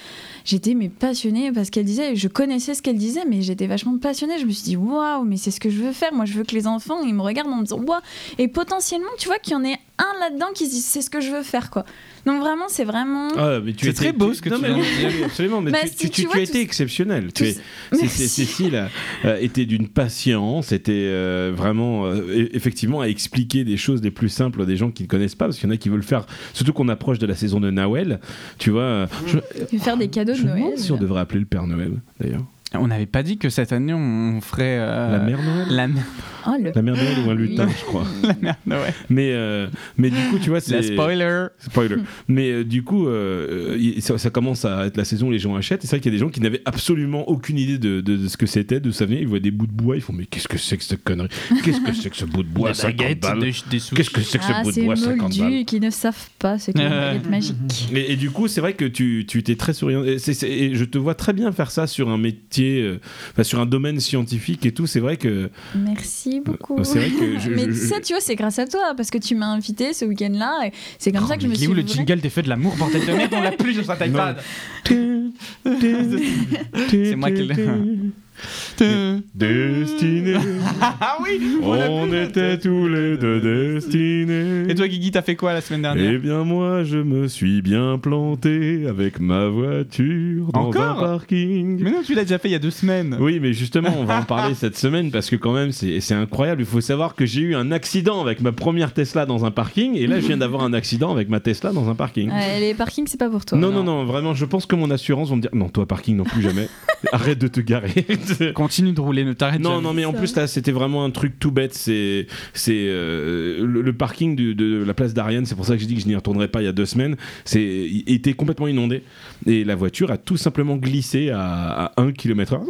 [SPEAKER 1] j'étais mais passionnée parce qu'elle disait, je connaissais ce qu'elle disait, mais j'étais vachement passionnée. Je me suis dit, waouh, mais c'est ce que je veux faire. Moi, je veux que les enfants, ils me regardent en me disant, waouh. Et potentiellement, tu vois qu'il y en ait un là-dedans qui se dit, c'est ce que je veux faire, quoi. Donc vraiment, c'est vraiment.
[SPEAKER 3] Ah, mais tu
[SPEAKER 4] Hein C'est
[SPEAKER 3] étais-
[SPEAKER 4] très beau ce que
[SPEAKER 3] non,
[SPEAKER 4] tu
[SPEAKER 3] mais
[SPEAKER 4] viens de
[SPEAKER 3] oui, oui, Absolument, mais
[SPEAKER 1] Bah,
[SPEAKER 3] tu,
[SPEAKER 1] si,
[SPEAKER 3] tu-
[SPEAKER 1] tu
[SPEAKER 3] tu
[SPEAKER 1] vois,
[SPEAKER 3] as
[SPEAKER 1] tout
[SPEAKER 3] été
[SPEAKER 1] ce-
[SPEAKER 3] exceptionnel.
[SPEAKER 1] tout
[SPEAKER 3] Tu es-
[SPEAKER 1] ce-
[SPEAKER 3] Cé-
[SPEAKER 1] Merci.
[SPEAKER 3] Cé- Cécile a- euh, était d'une patience, était euh, vraiment euh, e- effectivement à expliquer des choses des plus simples à des gens qui ne connaissent pas, parce qu'il y en a qui veulent faire, surtout qu'on approche de la saison de Noël, tu vois. euh, Je,
[SPEAKER 1] Faire des cadeaux
[SPEAKER 3] je
[SPEAKER 1] de
[SPEAKER 3] me
[SPEAKER 1] Mmh. Noël.
[SPEAKER 3] demande si on devrait appeler le Père Noël, d'ailleurs.
[SPEAKER 4] On n'avait pas dit que cette année on ferait. euh,
[SPEAKER 3] La Mère Noël
[SPEAKER 4] La <laughs> mère.
[SPEAKER 1] Oh, le
[SPEAKER 3] La Mère Noël ou un lutin,
[SPEAKER 1] Oui. <laughs>
[SPEAKER 3] je crois.
[SPEAKER 4] La mère Noël.
[SPEAKER 3] Mais, euh, mais du coup, tu vois, c'est.
[SPEAKER 4] La spoiler.
[SPEAKER 3] Spoiler. Mais euh, du coup, euh, il- ça, ça commence à être la saison où les gens achètent. Et c'est vrai qu'il y a des gens qui n'avaient absolument aucune idée de, de- de ce que c'était, de ça venait. Ils voient des bouts de bois, ils font Mais qu'est-ce que c'est que cette connerie Qu'est-ce que c'est que ce bout de bois 50 balles Qu'est-ce que c'est que ce
[SPEAKER 1] Ah,
[SPEAKER 3] bout de
[SPEAKER 1] c'est
[SPEAKER 3] bois 50 balles
[SPEAKER 1] moldus qui ne savent pas, c'est comme une
[SPEAKER 4] Euh.
[SPEAKER 3] <laughs>
[SPEAKER 1] baguette magique.
[SPEAKER 3] et, et du coup, c'est vrai que tu, tu étais très souriant. Et, c'est- c'est- et je te vois très bien faire ça sur un métier, euh, enfin sur un domaine scientifique et tout. C'est vrai que.
[SPEAKER 1] Merci beaucoup.
[SPEAKER 3] Euh, C'est vrai que. je-
[SPEAKER 1] Ah, mais
[SPEAKER 3] je- je- <laughs>
[SPEAKER 1] ça, tu vois, c'est grâce à toi, hein, parce que tu m'as invité ce week-end-là, et c'est
[SPEAKER 3] Oh,
[SPEAKER 1] comme ça que je me suis.
[SPEAKER 4] où le
[SPEAKER 1] vra-
[SPEAKER 4] jingle des feux de l'amour, bordel de merde On l'a plus sur sa
[SPEAKER 3] Non.
[SPEAKER 4] iPad.
[SPEAKER 3] C'est
[SPEAKER 4] moi qui l'ai- <laughs>
[SPEAKER 3] Destiné.
[SPEAKER 4] Ah oui on l'a
[SPEAKER 3] On
[SPEAKER 4] plus.
[SPEAKER 3] était tous les deux destinés.
[SPEAKER 4] Et toi, Guigui, t'as fait quoi la semaine dernière
[SPEAKER 3] Eh bien moi je me suis bien planté avec ma voiture dans
[SPEAKER 4] Encore
[SPEAKER 3] un parking.
[SPEAKER 4] Mais non, tu l'as déjà fait il y a deux semaines.
[SPEAKER 3] <laughs> Oui mais justement on va en
[SPEAKER 4] <laughs>
[SPEAKER 3] parler cette semaine parce que quand même c'est c'est incroyable. Il faut savoir que j'ai eu un accident avec ma première Tesla dans un parking et là je viens d'avoir un accident avec ma Tesla dans un parking.
[SPEAKER 1] Ouais, les parkings, c'est pas pour toi.
[SPEAKER 3] Non, non, non, vraiment, je pense que mon assurance va me dire Non, toi, parking, non plus
[SPEAKER 4] <laughs>
[SPEAKER 3] jamais. Arrête de te garer. <laughs>
[SPEAKER 4] Continue de rouler, ne t'arrête
[SPEAKER 3] Non,
[SPEAKER 4] jamais.
[SPEAKER 3] non, mais en
[SPEAKER 1] Ça.
[SPEAKER 3] plus, là, c'était vraiment un truc tout bête. C'est c'est euh, le, le parking du- de la place d'Ariane. C'est pour ça que j'ai dit que je n'y retournerai pas il y a deux semaines. C'est il était complètement inondé et la voiture a tout simplement glissé à, à 1 km/h.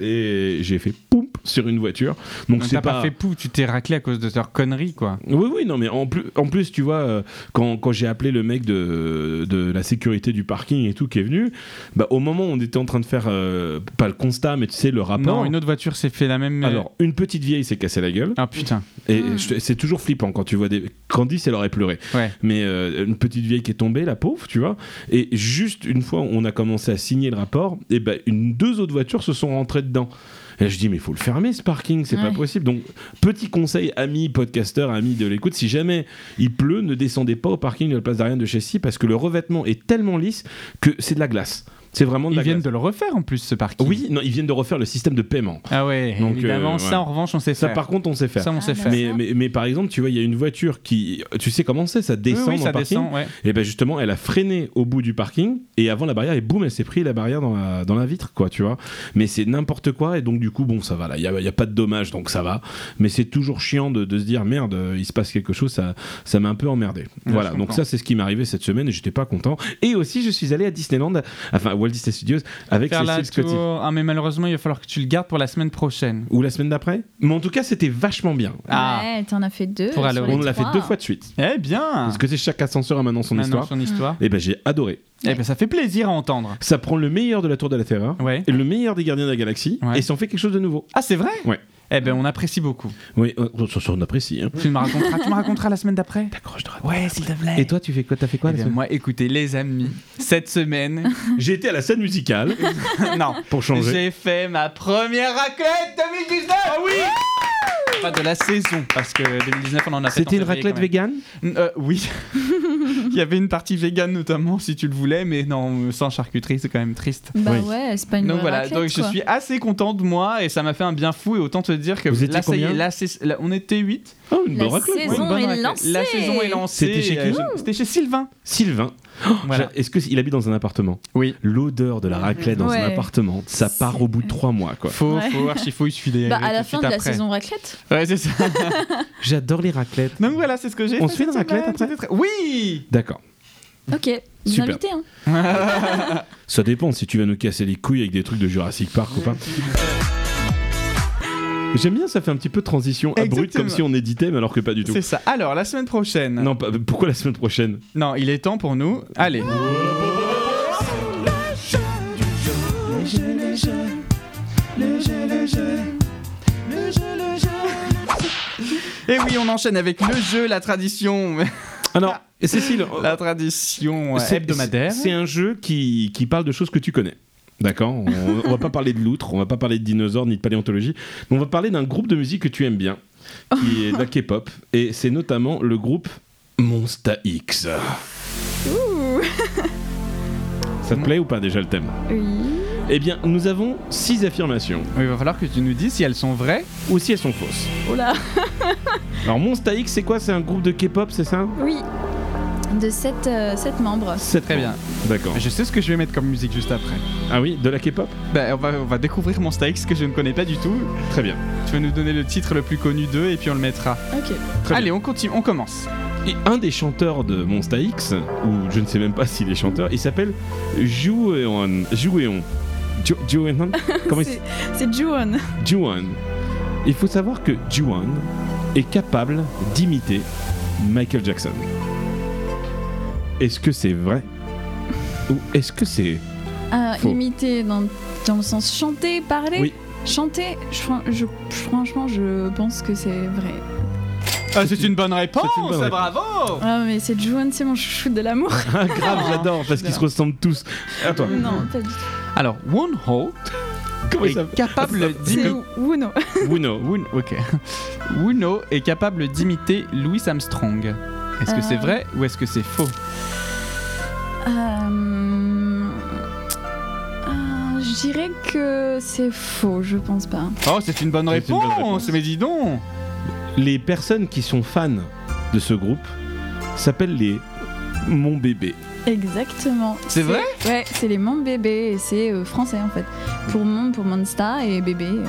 [SPEAKER 3] Et j'ai fait poum sur une voiture. Donc,
[SPEAKER 4] Donc
[SPEAKER 3] c'est
[SPEAKER 4] t'as pas fait pou, tu t'es raclé à cause de leur connerie quoi.
[SPEAKER 3] oui, oui, non, mais en plus, en plus tu vois, euh, quand, quand j'ai appelé le mec de, de la sécurité du parking et tout qui est venu, bah, au moment où on était en train de faire, euh, pas le constat, mais tu sais, le rapport.
[SPEAKER 4] Non, une autre voiture s'est fait la même. euh,
[SPEAKER 3] Alors, une petite vieille s'est cassée la gueule.
[SPEAKER 4] Ah putain.
[SPEAKER 3] Et
[SPEAKER 1] Hmm.
[SPEAKER 3] je- c'est toujours flippant quand tu vois des. Candice, elle aurait pleuré.
[SPEAKER 4] <laughs> Ouais.
[SPEAKER 3] Mais euh, une petite vieille qui est tombée, la pauvre, tu vois. Et juste une fois, on a commencé à signer le rapport, et ben une, deux autres voitures se sont rentrées dedans. Et là, je dis, mais il faut le fermer ce parking, c'est pas
[SPEAKER 1] Ouais.
[SPEAKER 3] possible. Donc, petit conseil, amis podcasteurs, amis de l'écoute, si jamais il pleut, ne descendez pas au parking de la place d'Ariane de Chessy parce que le revêtement est tellement lisse que c'est de la glace. C'est vraiment de
[SPEAKER 4] Ils
[SPEAKER 3] la
[SPEAKER 4] viennent
[SPEAKER 3] glace.
[SPEAKER 4] de le refaire en plus, ce parking.
[SPEAKER 3] Oui, non, ils viennent de refaire le système de paiement.
[SPEAKER 4] Ah ouais,
[SPEAKER 3] Donc,
[SPEAKER 4] évidemment.
[SPEAKER 3] euh, ouais.
[SPEAKER 4] Ça, en revanche, on sait
[SPEAKER 3] Ça,
[SPEAKER 4] faire.
[SPEAKER 3] par contre, on sait faire.
[SPEAKER 4] Ça, on sait
[SPEAKER 1] Ah,
[SPEAKER 4] faire.
[SPEAKER 1] merci.
[SPEAKER 3] Mais, mais, mais par exemple, tu vois, il y a une voiture qui. Tu sais comment c'est Ça
[SPEAKER 4] Oui,
[SPEAKER 3] descend
[SPEAKER 4] oui,
[SPEAKER 3] dans
[SPEAKER 4] ça
[SPEAKER 3] le parking.
[SPEAKER 4] descend, ouais.
[SPEAKER 3] Et ben justement, elle a freiné au bout du parking et avant la barrière, et boum, elle s'est pris la barrière dans la, dans la vitre, quoi, tu vois. Mais c'est n'importe quoi, et donc du coup, bon, ça va, là, il n'y a, y a pas de dommage, donc ça va. Mais c'est toujours chiant de, de se dire, merde, euh, il se passe quelque chose, ça ça m'a un peu emmerdé.
[SPEAKER 4] Ouais,
[SPEAKER 3] voilà,
[SPEAKER 4] je
[SPEAKER 3] donc
[SPEAKER 4] comprends.
[SPEAKER 3] ça, c'est ce qui m'est arrivé cette semaine, et j'étais pas content. Et aussi, je suis allé à Disneyland, enfin, à Walt Disney Studios, avec
[SPEAKER 4] Faire la
[SPEAKER 3] Cécile Scotty.
[SPEAKER 4] tour. Ah, mais malheureusement, il va falloir que tu le gardes pour la semaine prochaine.
[SPEAKER 3] Ou la semaine d'après Mais en tout cas, c'était vachement bien.
[SPEAKER 4] Ah.
[SPEAKER 1] Ouais, t'en as fait deux.
[SPEAKER 4] Pour aller-
[SPEAKER 1] sur les
[SPEAKER 3] On l'a fait
[SPEAKER 1] trois.
[SPEAKER 3] deux fois de suite.
[SPEAKER 4] Eh bien
[SPEAKER 3] Parce que c'est chaque ascenseur a maintenant son
[SPEAKER 4] Maintenant,
[SPEAKER 3] histoire.
[SPEAKER 4] son histoire.
[SPEAKER 3] Et ben j'ai adoré.
[SPEAKER 4] Eh ben, ça fait plaisir à entendre.
[SPEAKER 3] Ça prend le meilleur de la Tour de la Terreur.
[SPEAKER 4] Ouais.
[SPEAKER 3] le meilleur des gardiens de la galaxie
[SPEAKER 4] Ouais.
[SPEAKER 3] et ça en fait quelque chose de nouveau.
[SPEAKER 4] Ah, c'est vrai
[SPEAKER 3] Ouais.
[SPEAKER 4] Eh ben, on apprécie beaucoup.
[SPEAKER 3] Oui, on, on- ça, ça, on apprécie. hein.
[SPEAKER 4] Tu me raconteras, tu me raconteras la semaine d'après Ouais, s'il te plaît.
[SPEAKER 3] Et toi, tu fais quoi T'as fait quoi
[SPEAKER 4] Eh
[SPEAKER 3] la
[SPEAKER 4] bien,
[SPEAKER 3] semaine
[SPEAKER 4] moi, écoutez, les amis, cette semaine,
[SPEAKER 3] J'ai été à la scène
[SPEAKER 4] <laughs>
[SPEAKER 3] musicale
[SPEAKER 4] non,
[SPEAKER 3] pour changer.
[SPEAKER 4] j'ai fait ma première raclette 2019 Ah oui Pas de la saison, parce que 2019, on en a fait
[SPEAKER 3] C'était
[SPEAKER 4] en
[SPEAKER 3] une
[SPEAKER 4] février
[SPEAKER 3] raclette
[SPEAKER 4] quand même.
[SPEAKER 3] vegan
[SPEAKER 4] Euh, oui. <laughs> Il y avait une partie végane notamment, si tu le voulais, mais non, sans charcuterie, c'est quand même triste.
[SPEAKER 1] Bah
[SPEAKER 3] Oui.
[SPEAKER 1] ouais, c'est pas une
[SPEAKER 4] Donc
[SPEAKER 1] vraie
[SPEAKER 4] voilà,
[SPEAKER 1] raclette,
[SPEAKER 4] donc je
[SPEAKER 1] quoi.
[SPEAKER 4] suis assez content de moi et ça m'a fait un bien fou et autant te dire que
[SPEAKER 3] Vous étiez
[SPEAKER 4] là, ça y est,
[SPEAKER 3] combien
[SPEAKER 4] là, c'est- là, on était 8.
[SPEAKER 3] Oh, une
[SPEAKER 1] La
[SPEAKER 3] bonne raclette.
[SPEAKER 1] saison
[SPEAKER 3] ouais.
[SPEAKER 1] est lancée.
[SPEAKER 4] La saison est lancée.
[SPEAKER 3] C'était chez
[SPEAKER 4] et,
[SPEAKER 3] qui
[SPEAKER 4] euh, C'était chez Sylvain.
[SPEAKER 3] Sylvain,
[SPEAKER 4] Voilà.
[SPEAKER 3] j'a- est-ce qu'il habite dans un appartement
[SPEAKER 4] Oui.
[SPEAKER 3] L'odeur de la raclette dans
[SPEAKER 1] Ouais.
[SPEAKER 3] un appartement, ça part au bout de trois mois quoi.
[SPEAKER 4] Faux,
[SPEAKER 1] Ouais.
[SPEAKER 4] faux, archi faux, il suffit d'aller
[SPEAKER 1] Bah
[SPEAKER 4] tout
[SPEAKER 1] à la fin de la
[SPEAKER 4] suite après.
[SPEAKER 1] saison raclette.
[SPEAKER 4] Ouais, c'est ça.
[SPEAKER 3] J'adore les raclettes.
[SPEAKER 4] <laughs> Donc voilà, c'est ce que j'ai
[SPEAKER 3] On
[SPEAKER 4] fait.
[SPEAKER 3] se fait
[SPEAKER 4] cette
[SPEAKER 3] une raclette
[SPEAKER 4] semaine,
[SPEAKER 3] après
[SPEAKER 4] c'était très- Oui
[SPEAKER 3] D'accord.
[SPEAKER 1] Ok, vous
[SPEAKER 3] <laughs> Super.
[SPEAKER 1] invitez. Hein.
[SPEAKER 3] Ça dépend si tu vas nous casser les couilles avec des trucs de Jurassic Park ou pas. J'aime bien, ça fait un petit peu de transition abrupte
[SPEAKER 4] Exactement.
[SPEAKER 3] comme si on éditait, mais alors que pas du tout.
[SPEAKER 4] C'est ça. Alors, la semaine prochaine.
[SPEAKER 3] Non, pas- pourquoi la semaine prochaine
[SPEAKER 4] Non, il est temps pour nous. Allez. Et Eh oui, on enchaîne avec le jeu, la tradition, <laughs>
[SPEAKER 3] Alors, Cécile, euh,
[SPEAKER 4] la tradition euh,
[SPEAKER 3] c'est-
[SPEAKER 4] Ah. hebdomadaire.
[SPEAKER 3] C'est un jeu qui, qui parle de choses que tu connais. D'accord on, on va pas parler de loutre, on va pas parler de dinosaures ni de paléontologie, mais on va parler d'un groupe de musique que tu aimes bien,
[SPEAKER 4] <laughs>
[SPEAKER 3] qui est de la K-pop, et c'est notamment le groupe Monsta X. Ça te plaît ou pas déjà le thème
[SPEAKER 1] Oui.
[SPEAKER 3] Eh bien, nous avons six affirmations,
[SPEAKER 4] Oui, il va falloir que tu nous dises si elles sont vraies.
[SPEAKER 3] ou si elles sont fausses.
[SPEAKER 1] Oh là.
[SPEAKER 3] Alors, Monsta X, c'est quoi C'est un groupe de K-pop, c'est ça
[SPEAKER 1] Oui. De sept, euh, sept membres.
[SPEAKER 3] C'est
[SPEAKER 4] Très bien.
[SPEAKER 3] D'accord.
[SPEAKER 4] Je sais ce que je vais mettre comme musique juste après.
[SPEAKER 3] Ah oui, de la K-pop
[SPEAKER 4] Bah, on, va, on va découvrir Monsta X que je ne connais pas du tout.
[SPEAKER 3] Très bien.
[SPEAKER 4] Tu vas nous donner le titre le plus connu d'eux et puis on le mettra.
[SPEAKER 1] Ok.
[SPEAKER 3] Très
[SPEAKER 4] Allez, on continue, on commence.
[SPEAKER 3] Et un des chanteurs de Monsta X, ou je ne sais même pas <laughs> s'il est chanteur, il s'appelle Jueon. Jueon. Ju-
[SPEAKER 4] <laughs>
[SPEAKER 3] Jueon Comment il s-
[SPEAKER 1] C'est c'est Juon.
[SPEAKER 3] Juwon. Il faut savoir que Juwon est capable d'imiter Michael Jackson. Est-ce que c'est
[SPEAKER 4] <laughs>
[SPEAKER 3] vrai Ou est-ce que c'est.
[SPEAKER 1] Ah,
[SPEAKER 3] Faux.
[SPEAKER 1] imiter dans, dans le sens chanter, parler.
[SPEAKER 3] Oui.
[SPEAKER 1] Chanter, je, fran- je- franchement, je pense que c'est vrai.
[SPEAKER 4] Ah, c'est une bonne réponse,
[SPEAKER 3] C'est une bonne réponse.
[SPEAKER 4] bravo
[SPEAKER 1] Ah, mais c'est Juon, c'est mon chouchou de l'amour.
[SPEAKER 3] Ah, <laughs> grave,
[SPEAKER 4] Oh,
[SPEAKER 3] j'adore, parce qu'ils se ressemblent tous. À toi.
[SPEAKER 1] Non, pas du tout.
[SPEAKER 4] Alors, Wonho
[SPEAKER 3] Comment il
[SPEAKER 4] est
[SPEAKER 3] s'appelle
[SPEAKER 4] capable
[SPEAKER 1] C'est
[SPEAKER 4] d'imiter...
[SPEAKER 1] Wuno.
[SPEAKER 3] Wuno.
[SPEAKER 4] Woon- ok. <laughs> Woono est capable d'imiter Louis Armstrong. Est-ce que c'est
[SPEAKER 1] Euh.
[SPEAKER 4] vrai ou est-ce que c'est faux
[SPEAKER 1] Euh, euh, Je dirais que c'est faux, je pense pas.
[SPEAKER 4] Oh, c'est une bonne
[SPEAKER 3] C'est une bonne
[SPEAKER 4] réponse,
[SPEAKER 3] réponse.
[SPEAKER 4] mais dis donc
[SPEAKER 3] Les personnes qui sont fans de ce groupe s'appellent les Mon bébé.
[SPEAKER 1] Exactement.
[SPEAKER 4] C'est vrai
[SPEAKER 1] Ouais, c'est les Mon Bébé et c'est euh, français en fait. Pour Mon, pour Monsta et Bébé, euh,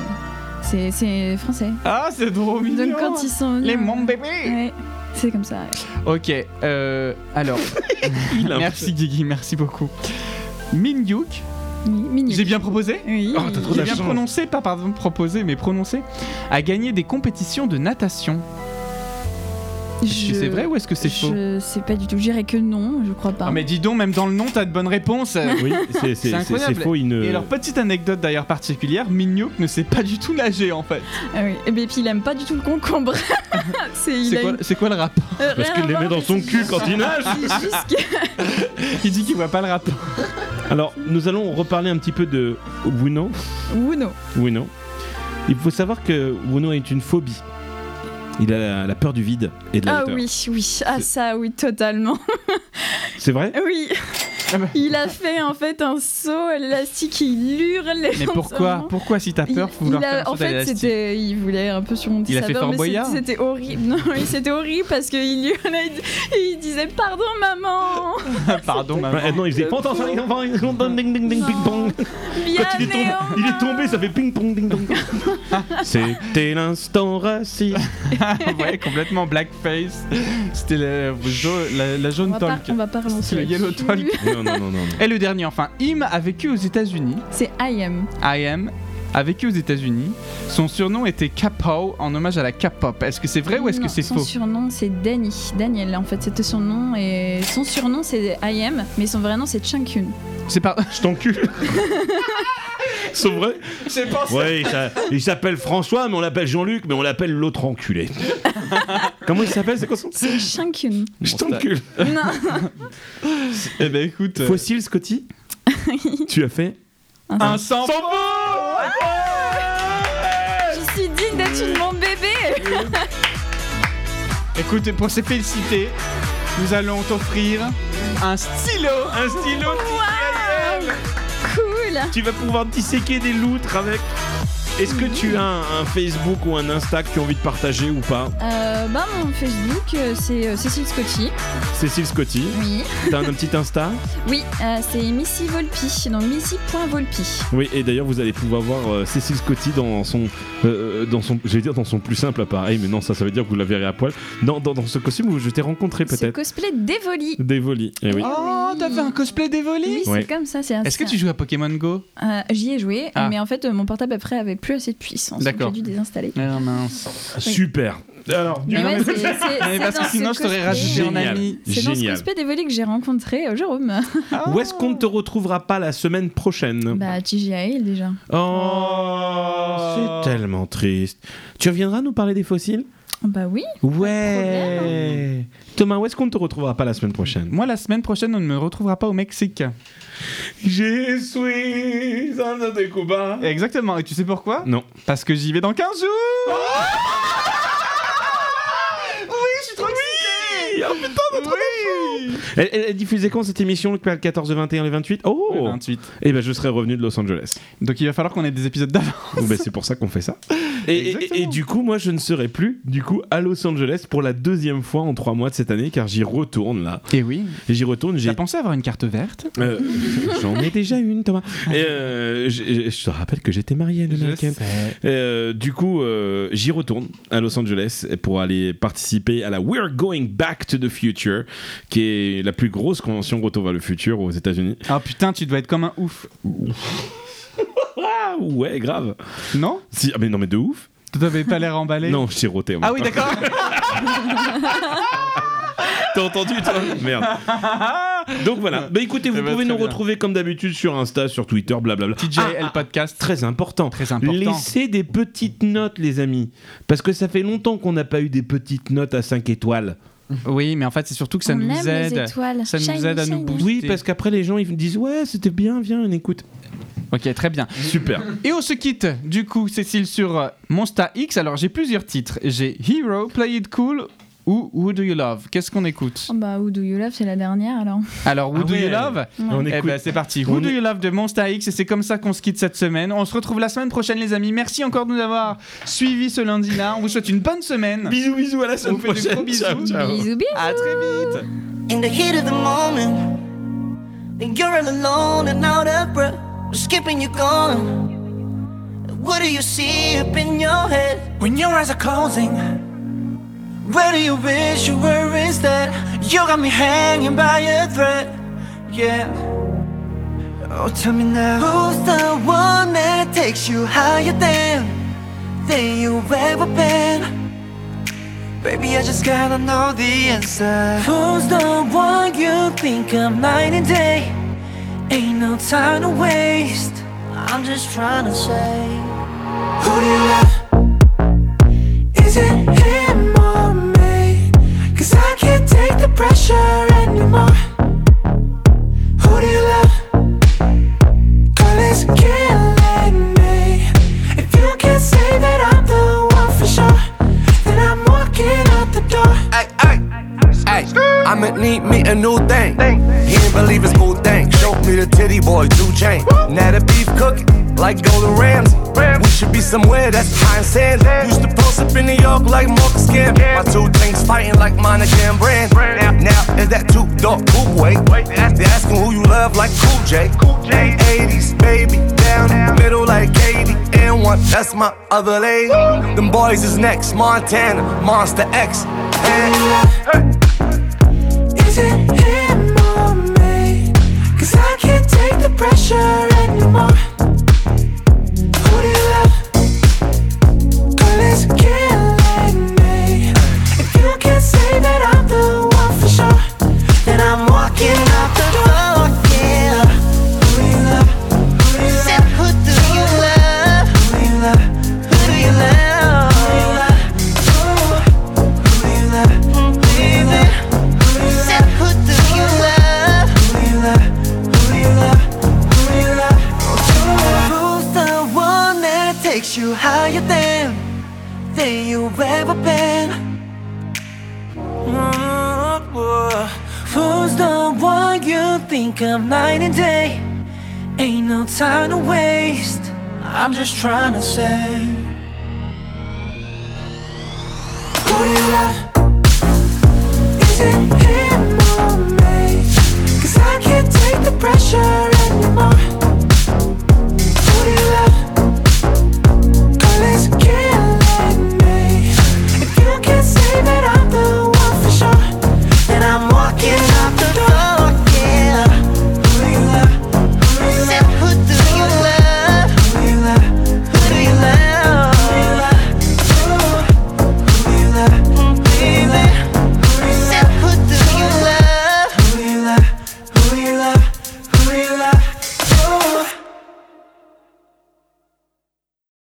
[SPEAKER 1] c'est- c'est français.
[SPEAKER 4] Ah, c'est trop mignon
[SPEAKER 1] Donc quand ils sont.
[SPEAKER 4] Les mon bébé
[SPEAKER 1] Ouais, c'est comme ça. ouais.
[SPEAKER 4] Ok, euh, <laughs> alors,
[SPEAKER 3] Il a un-
[SPEAKER 4] merci Guigui, merci beaucoup. Minyuk,
[SPEAKER 1] Mi- Mignon.
[SPEAKER 4] j'ai bien Ah, proposé
[SPEAKER 1] Oui.
[SPEAKER 3] Oh, t'as trop
[SPEAKER 4] J'ai
[SPEAKER 3] la
[SPEAKER 4] bien
[SPEAKER 3] chance.
[SPEAKER 4] prononcé, pas pardon, proposé, mais prononcé, a gagné des compétitions de natation. Est-ce que
[SPEAKER 1] Je-
[SPEAKER 4] c'est vrai ou est-ce que c'est faux
[SPEAKER 1] Je sais pas du tout. Je dirais que non, je crois pas.
[SPEAKER 4] Ah, mais dis donc, même dans le nom, t'as de
[SPEAKER 1] <laughs>
[SPEAKER 4] bonnes réponses
[SPEAKER 3] Oui, c'est- c'est c'est- c'est
[SPEAKER 4] incroyable.
[SPEAKER 3] faux. Il ne...
[SPEAKER 4] Et alors, petite anecdote d'ailleurs particulière, Mignouk ne sait pas du tout nager en fait.
[SPEAKER 1] Ah oui. Et ben, puis il aime pas du tout le concombre. <laughs> c'est il
[SPEAKER 4] C'est
[SPEAKER 1] a
[SPEAKER 4] quoi,
[SPEAKER 1] une-
[SPEAKER 4] c'est quoi le rapport
[SPEAKER 1] <laughs> euh,
[SPEAKER 3] Parce
[SPEAKER 1] rien
[SPEAKER 3] qu'il
[SPEAKER 1] à
[SPEAKER 3] les
[SPEAKER 1] voir,
[SPEAKER 3] met dans
[SPEAKER 1] mais
[SPEAKER 3] son
[SPEAKER 1] c'est
[SPEAKER 3] cul
[SPEAKER 1] juste-
[SPEAKER 3] quand il nage.
[SPEAKER 1] c'est juste que-
[SPEAKER 4] Il dit qu'il voit pas le rapport.
[SPEAKER 3] Alors, nous allons reparler un petit peu de Wuno.
[SPEAKER 4] <laughs>
[SPEAKER 1] Wuno.
[SPEAKER 3] Wuno. Il faut savoir que Wuno est une phobie. Il a la, la peur du vide et de la
[SPEAKER 1] Ah
[SPEAKER 3] hauteur.
[SPEAKER 1] oui, oui. Ah ça, oui, totalement.
[SPEAKER 3] C'est vrai
[SPEAKER 1] Oui. <laughs> Il a fait en fait un saut élastique, il hurlait.
[SPEAKER 4] Mais
[SPEAKER 1] en ce
[SPEAKER 4] pourquoi,
[SPEAKER 1] moment.
[SPEAKER 4] pourquoi si t'as peur, faut
[SPEAKER 1] Il-
[SPEAKER 4] vouloir
[SPEAKER 1] il a-
[SPEAKER 4] faire un
[SPEAKER 1] en
[SPEAKER 4] saut à
[SPEAKER 1] fait,
[SPEAKER 4] l'élastique
[SPEAKER 1] c'était, il voulait un peu surmonter
[SPEAKER 4] Il a
[SPEAKER 1] sa
[SPEAKER 4] fait
[SPEAKER 1] peur,
[SPEAKER 4] Fort
[SPEAKER 1] mais
[SPEAKER 4] Boyard
[SPEAKER 1] c'était- c'était horrible. Non, oui, c'était horrible parce qu'il hurlait, il- il disait pardon maman,
[SPEAKER 4] Ah, Pardon,
[SPEAKER 1] <laughs>
[SPEAKER 4] maman.
[SPEAKER 3] Ouais, Bah, non, il faisait pong, pong, pong, pong, pong, ding, ding, ding, ping pong.
[SPEAKER 1] bien
[SPEAKER 3] Quand il est tombé,
[SPEAKER 1] néanmoins.
[SPEAKER 3] il est tombé, ça fait ping pong ding dong. <laughs> C'était l'instant raciste.
[SPEAKER 4] ouais, complètement blackface. C'était la, jaune- la- la
[SPEAKER 1] On
[SPEAKER 4] jaune
[SPEAKER 1] va, pas,
[SPEAKER 4] talk.
[SPEAKER 1] on va pas relancer
[SPEAKER 4] C'est le yellow
[SPEAKER 1] là-dessus.
[SPEAKER 4] talk.
[SPEAKER 3] Non, non, non, non.
[SPEAKER 4] Et le dernier, enfin, Im a vécu aux États-Unis.
[SPEAKER 1] C'est I am.
[SPEAKER 4] I am a vécu aux États-Unis. Son surnom était Capo en hommage à la K-pop. Est-ce que c'est vrai ou est-ce que
[SPEAKER 1] Non,
[SPEAKER 4] c'est faux
[SPEAKER 1] Son surnom c'est Danny, Daniel en fait, c'était son nom et son surnom c'est I am, mais son vrai nom c'est Chunkyun.
[SPEAKER 4] C'est <laughs> pas.
[SPEAKER 3] Je t'encule. <laughs> C'est vrai
[SPEAKER 4] J'ai pensé.
[SPEAKER 3] Ouais, il s'a- il s'appelle François, mais on l'appelle Jean-Luc, mais on l'appelle l'autre enculé. Comment il s'appelle C'est quoi son
[SPEAKER 1] C'est Chunkyun.
[SPEAKER 3] Je t'encule.
[SPEAKER 1] non,
[SPEAKER 4] Eh ben écoute.
[SPEAKER 3] Fossile, Scotty Tu as fait
[SPEAKER 1] Ah.
[SPEAKER 4] Un sang.
[SPEAKER 1] je suis digne d'être une mon bébé.
[SPEAKER 4] Écoute, pour se féliciter, nous allons t'offrir un stylo. Un stylo
[SPEAKER 1] Cool.
[SPEAKER 3] Tu vas pouvoir disséquer des loutres avec. Est-ce que tu as un, un Facebook ou un Insta que tu as envie de partager ou pas
[SPEAKER 1] Euh, bah mon Facebook euh, c'est euh, Cécile Scotty.
[SPEAKER 3] Cécile Scotty,
[SPEAKER 1] Oui.
[SPEAKER 3] t'as un, un petit Insta
[SPEAKER 1] Oui, euh, c'est Missy Volpi, donc Missy.volpi.
[SPEAKER 3] Oui, et d'ailleurs, vous allez pouvoir voir euh, Cécile Scotti dans son, euh, dans son, j'allais dire dans son plus simple appareil, mais non, ça, ça veut dire que vous la verrez à poil. Dans, dans, dans ce costume où je t'ai rencontré
[SPEAKER 1] Ce
[SPEAKER 3] peut-être.
[SPEAKER 1] cosplay dévoli.
[SPEAKER 3] Dévoli. Eh oui.
[SPEAKER 4] Oh, t'as fait un cosplay d'Evoli
[SPEAKER 1] Oui, c'est
[SPEAKER 3] Ouais.
[SPEAKER 1] comme ça, c'est un-
[SPEAKER 4] Est-ce que tu joues à Pokémon Go
[SPEAKER 1] Euh, J'y ai joué,
[SPEAKER 4] Ah.
[SPEAKER 1] mais en fait, euh, mon portable après avait plus assez de puissance. donc
[SPEAKER 4] D'accord.
[SPEAKER 1] J'ai dû désinstaller.
[SPEAKER 4] Ah mince.
[SPEAKER 3] Super. Alors, du
[SPEAKER 1] Mais ouais,
[SPEAKER 3] coup-
[SPEAKER 1] c'est- c'est- c'est
[SPEAKER 4] <laughs> Mais parce
[SPEAKER 1] dans
[SPEAKER 4] que
[SPEAKER 1] ce
[SPEAKER 4] sinon je t'aurais
[SPEAKER 1] cosplay-
[SPEAKER 4] rajouté un
[SPEAKER 3] Génial.
[SPEAKER 4] ami.
[SPEAKER 1] C'est dans ce
[SPEAKER 3] Génial.
[SPEAKER 1] cosplay dévoli que j'ai rencontré euh, Jérôme.
[SPEAKER 4] Bah,
[SPEAKER 1] <laughs>
[SPEAKER 3] où est-ce qu'on ne te retrouvera pas la semaine prochaine
[SPEAKER 1] Bah, TGIL déjà.
[SPEAKER 3] Oh, c'est tellement triste. Tu reviendras nous parler des fossiles
[SPEAKER 1] Bah oui.
[SPEAKER 3] Ouais. Thomas, où est-ce qu'on ne te retrouvera pas la semaine prochaine
[SPEAKER 4] Moi, la semaine prochaine, on ne me retrouvera pas au Mexique.
[SPEAKER 3] Je suis un de Cuba.
[SPEAKER 4] Exactement. Et tu sais pourquoi
[SPEAKER 3] Eh. Non.
[SPEAKER 4] Parce que j'y vais dans 15 jours
[SPEAKER 3] Oui Oh putain, notre Elle, elle est diffusée quand cette émission Le 14, le 21, le 28 Oh
[SPEAKER 4] Le 28.
[SPEAKER 3] Eh ben je serais revenu de Los Angeles.
[SPEAKER 4] Donc il va falloir qu'on ait des épisodes d'avant.
[SPEAKER 3] Bon, <laughs> ben, c'est pour ça qu'on fait ça. Et, et-
[SPEAKER 4] Exactement.
[SPEAKER 3] et du coup, moi je ne serai plus du coup à Los Angeles pour la deuxième fois en trois mois de cette année car j'y retourne là.
[SPEAKER 4] Et oui.
[SPEAKER 3] J'y retourne, j'ai
[SPEAKER 4] T'as pensé avoir une carte verte
[SPEAKER 3] Euh, <laughs> J'en ai déjà une, Thomas. Et, euh, j'ai- j'ai- je te rappelle que j'étais marié à une américaine. Euh, du coup, euh, j'y retourne à Los Angeles pour aller participer à la We're Going Back to the Future, qui est la plus grosse convention retour vers le futur aux États-Unis.
[SPEAKER 4] Ah putain, tu dois être comme un ouf.
[SPEAKER 3] Ah ouais, grave.
[SPEAKER 4] Non
[SPEAKER 3] Si, ah, mais non, mais de ouf.
[SPEAKER 4] Tu t'avais pas l'air emballé
[SPEAKER 3] Non, j'ai roté. en
[SPEAKER 4] Ah
[SPEAKER 3] même
[SPEAKER 4] oui,
[SPEAKER 3] temps.
[SPEAKER 4] d'accord.
[SPEAKER 3] T'as entendu, toi
[SPEAKER 4] <laughs>
[SPEAKER 3] Merde. Donc voilà. Bah écoutez, vous
[SPEAKER 4] Eh ben,
[SPEAKER 3] pouvez
[SPEAKER 4] très
[SPEAKER 3] nous
[SPEAKER 4] bien.
[SPEAKER 3] retrouver comme d'habitude sur Insta, sur Twitter, blablabla. Ah,
[SPEAKER 4] TJL Podcast.
[SPEAKER 3] très important.
[SPEAKER 4] Très important.
[SPEAKER 3] Laissez des petites notes, les amis. Parce que ça fait longtemps qu'on n'a pas eu des petites notes à 5 étoiles.
[SPEAKER 4] Oui, mais en fait, c'est surtout que ça
[SPEAKER 1] on
[SPEAKER 4] nous
[SPEAKER 1] aime les
[SPEAKER 4] aide.
[SPEAKER 1] étoiles.
[SPEAKER 4] ça nous
[SPEAKER 1] Shiny,
[SPEAKER 4] aide à nous
[SPEAKER 1] shiny.
[SPEAKER 4] booster.
[SPEAKER 3] Oui, parce qu'après, les gens, ils disent Ouais, c'était bien, viens, on écoute.
[SPEAKER 4] Ok, très bien.
[SPEAKER 3] Super.
[SPEAKER 4] Et on se quitte, du coup, Cécile, sur euh, Monsta X. Alors, j'ai plusieurs titres. J'ai Hero, Play It Cool ou Who Do You Love Qu'est-ce qu'on écoute
[SPEAKER 1] Oh, bah, Who Do You Love, c'est la dernière alors.
[SPEAKER 4] Alors, Who
[SPEAKER 3] Ah
[SPEAKER 4] Do You
[SPEAKER 3] ouais.
[SPEAKER 4] Love
[SPEAKER 3] On
[SPEAKER 4] <laughs> Eh
[SPEAKER 3] écoute.
[SPEAKER 4] ben, c'est parti. Who
[SPEAKER 3] On
[SPEAKER 4] Do
[SPEAKER 3] est-
[SPEAKER 4] You Love de Monsta X. Et c'est comme ça qu'on se quitte cette semaine. On se retrouve la semaine prochaine, les amis. Merci encore de nous avoir suivis ce lundi-là. On vous souhaite une bonne semaine.
[SPEAKER 3] Bisous, bisous, à la
[SPEAKER 4] On
[SPEAKER 3] semaine
[SPEAKER 4] vous fait des gros
[SPEAKER 3] prochaine. Ciao,
[SPEAKER 4] bisous.
[SPEAKER 3] ciao.
[SPEAKER 1] Bisous, bisous.
[SPEAKER 4] À très vite.
[SPEAKER 5] in the heat of the moment. When you're all alone and out of breath, skipping you're gone. What do you see up in your head? When your eyes are closing, where do you wish you were instead? You got me hanging by a thread, yeah. Oh, tell me now. Who's the one that takes you higher than, than you've ever been? Baby, I just gotta know the answer. Who's the one you think of night and day? Ain't no time to waste. I'm just trying to say. Who do you love? Is it him or me? Cause I can't take the pressure anymore. Who do you love? Girl, it's killing me. If you can't say that I'm the one for sure, then I'm walking out the door.
[SPEAKER 6] Ay, ay, ay, I'ma need me a new thing. He didn't believe it's cool thing. me the titty boy, two chain. Now the beef cooking like Golden Rams. We should be somewhere that's high and sand. Used to post up in New York like Marcus Scam. My two things fighting like Monica and Brand. Now, now is that two dog coupe way? They're asking who you love like Cool J. 80s baby down the middle like Katie and one. That's my other lady. Them boys is next, Montana, Monster X. And-
[SPEAKER 5] Is it him or me? 'Cause I can't take the pressure anymore. Who do you love? Girl, it's killing me. If you can't say that I'm the one for sure, then I'm walking out the door. Yeah. Who do you love? Who do you love? Said, who do you love? Who do you love? Who do you love? Who do you love? Who do you love? Who do you love? Said, who do you love? Who do you love? Who do you love? Who do you love? Who's the one that takes you higher than than you've ever been? Mm, whoa. Who's the one you think of night and day? Ain't no time to waste. I'm just trying to say. Who do you love? Is it him or me? 'Cause I can't take the pressure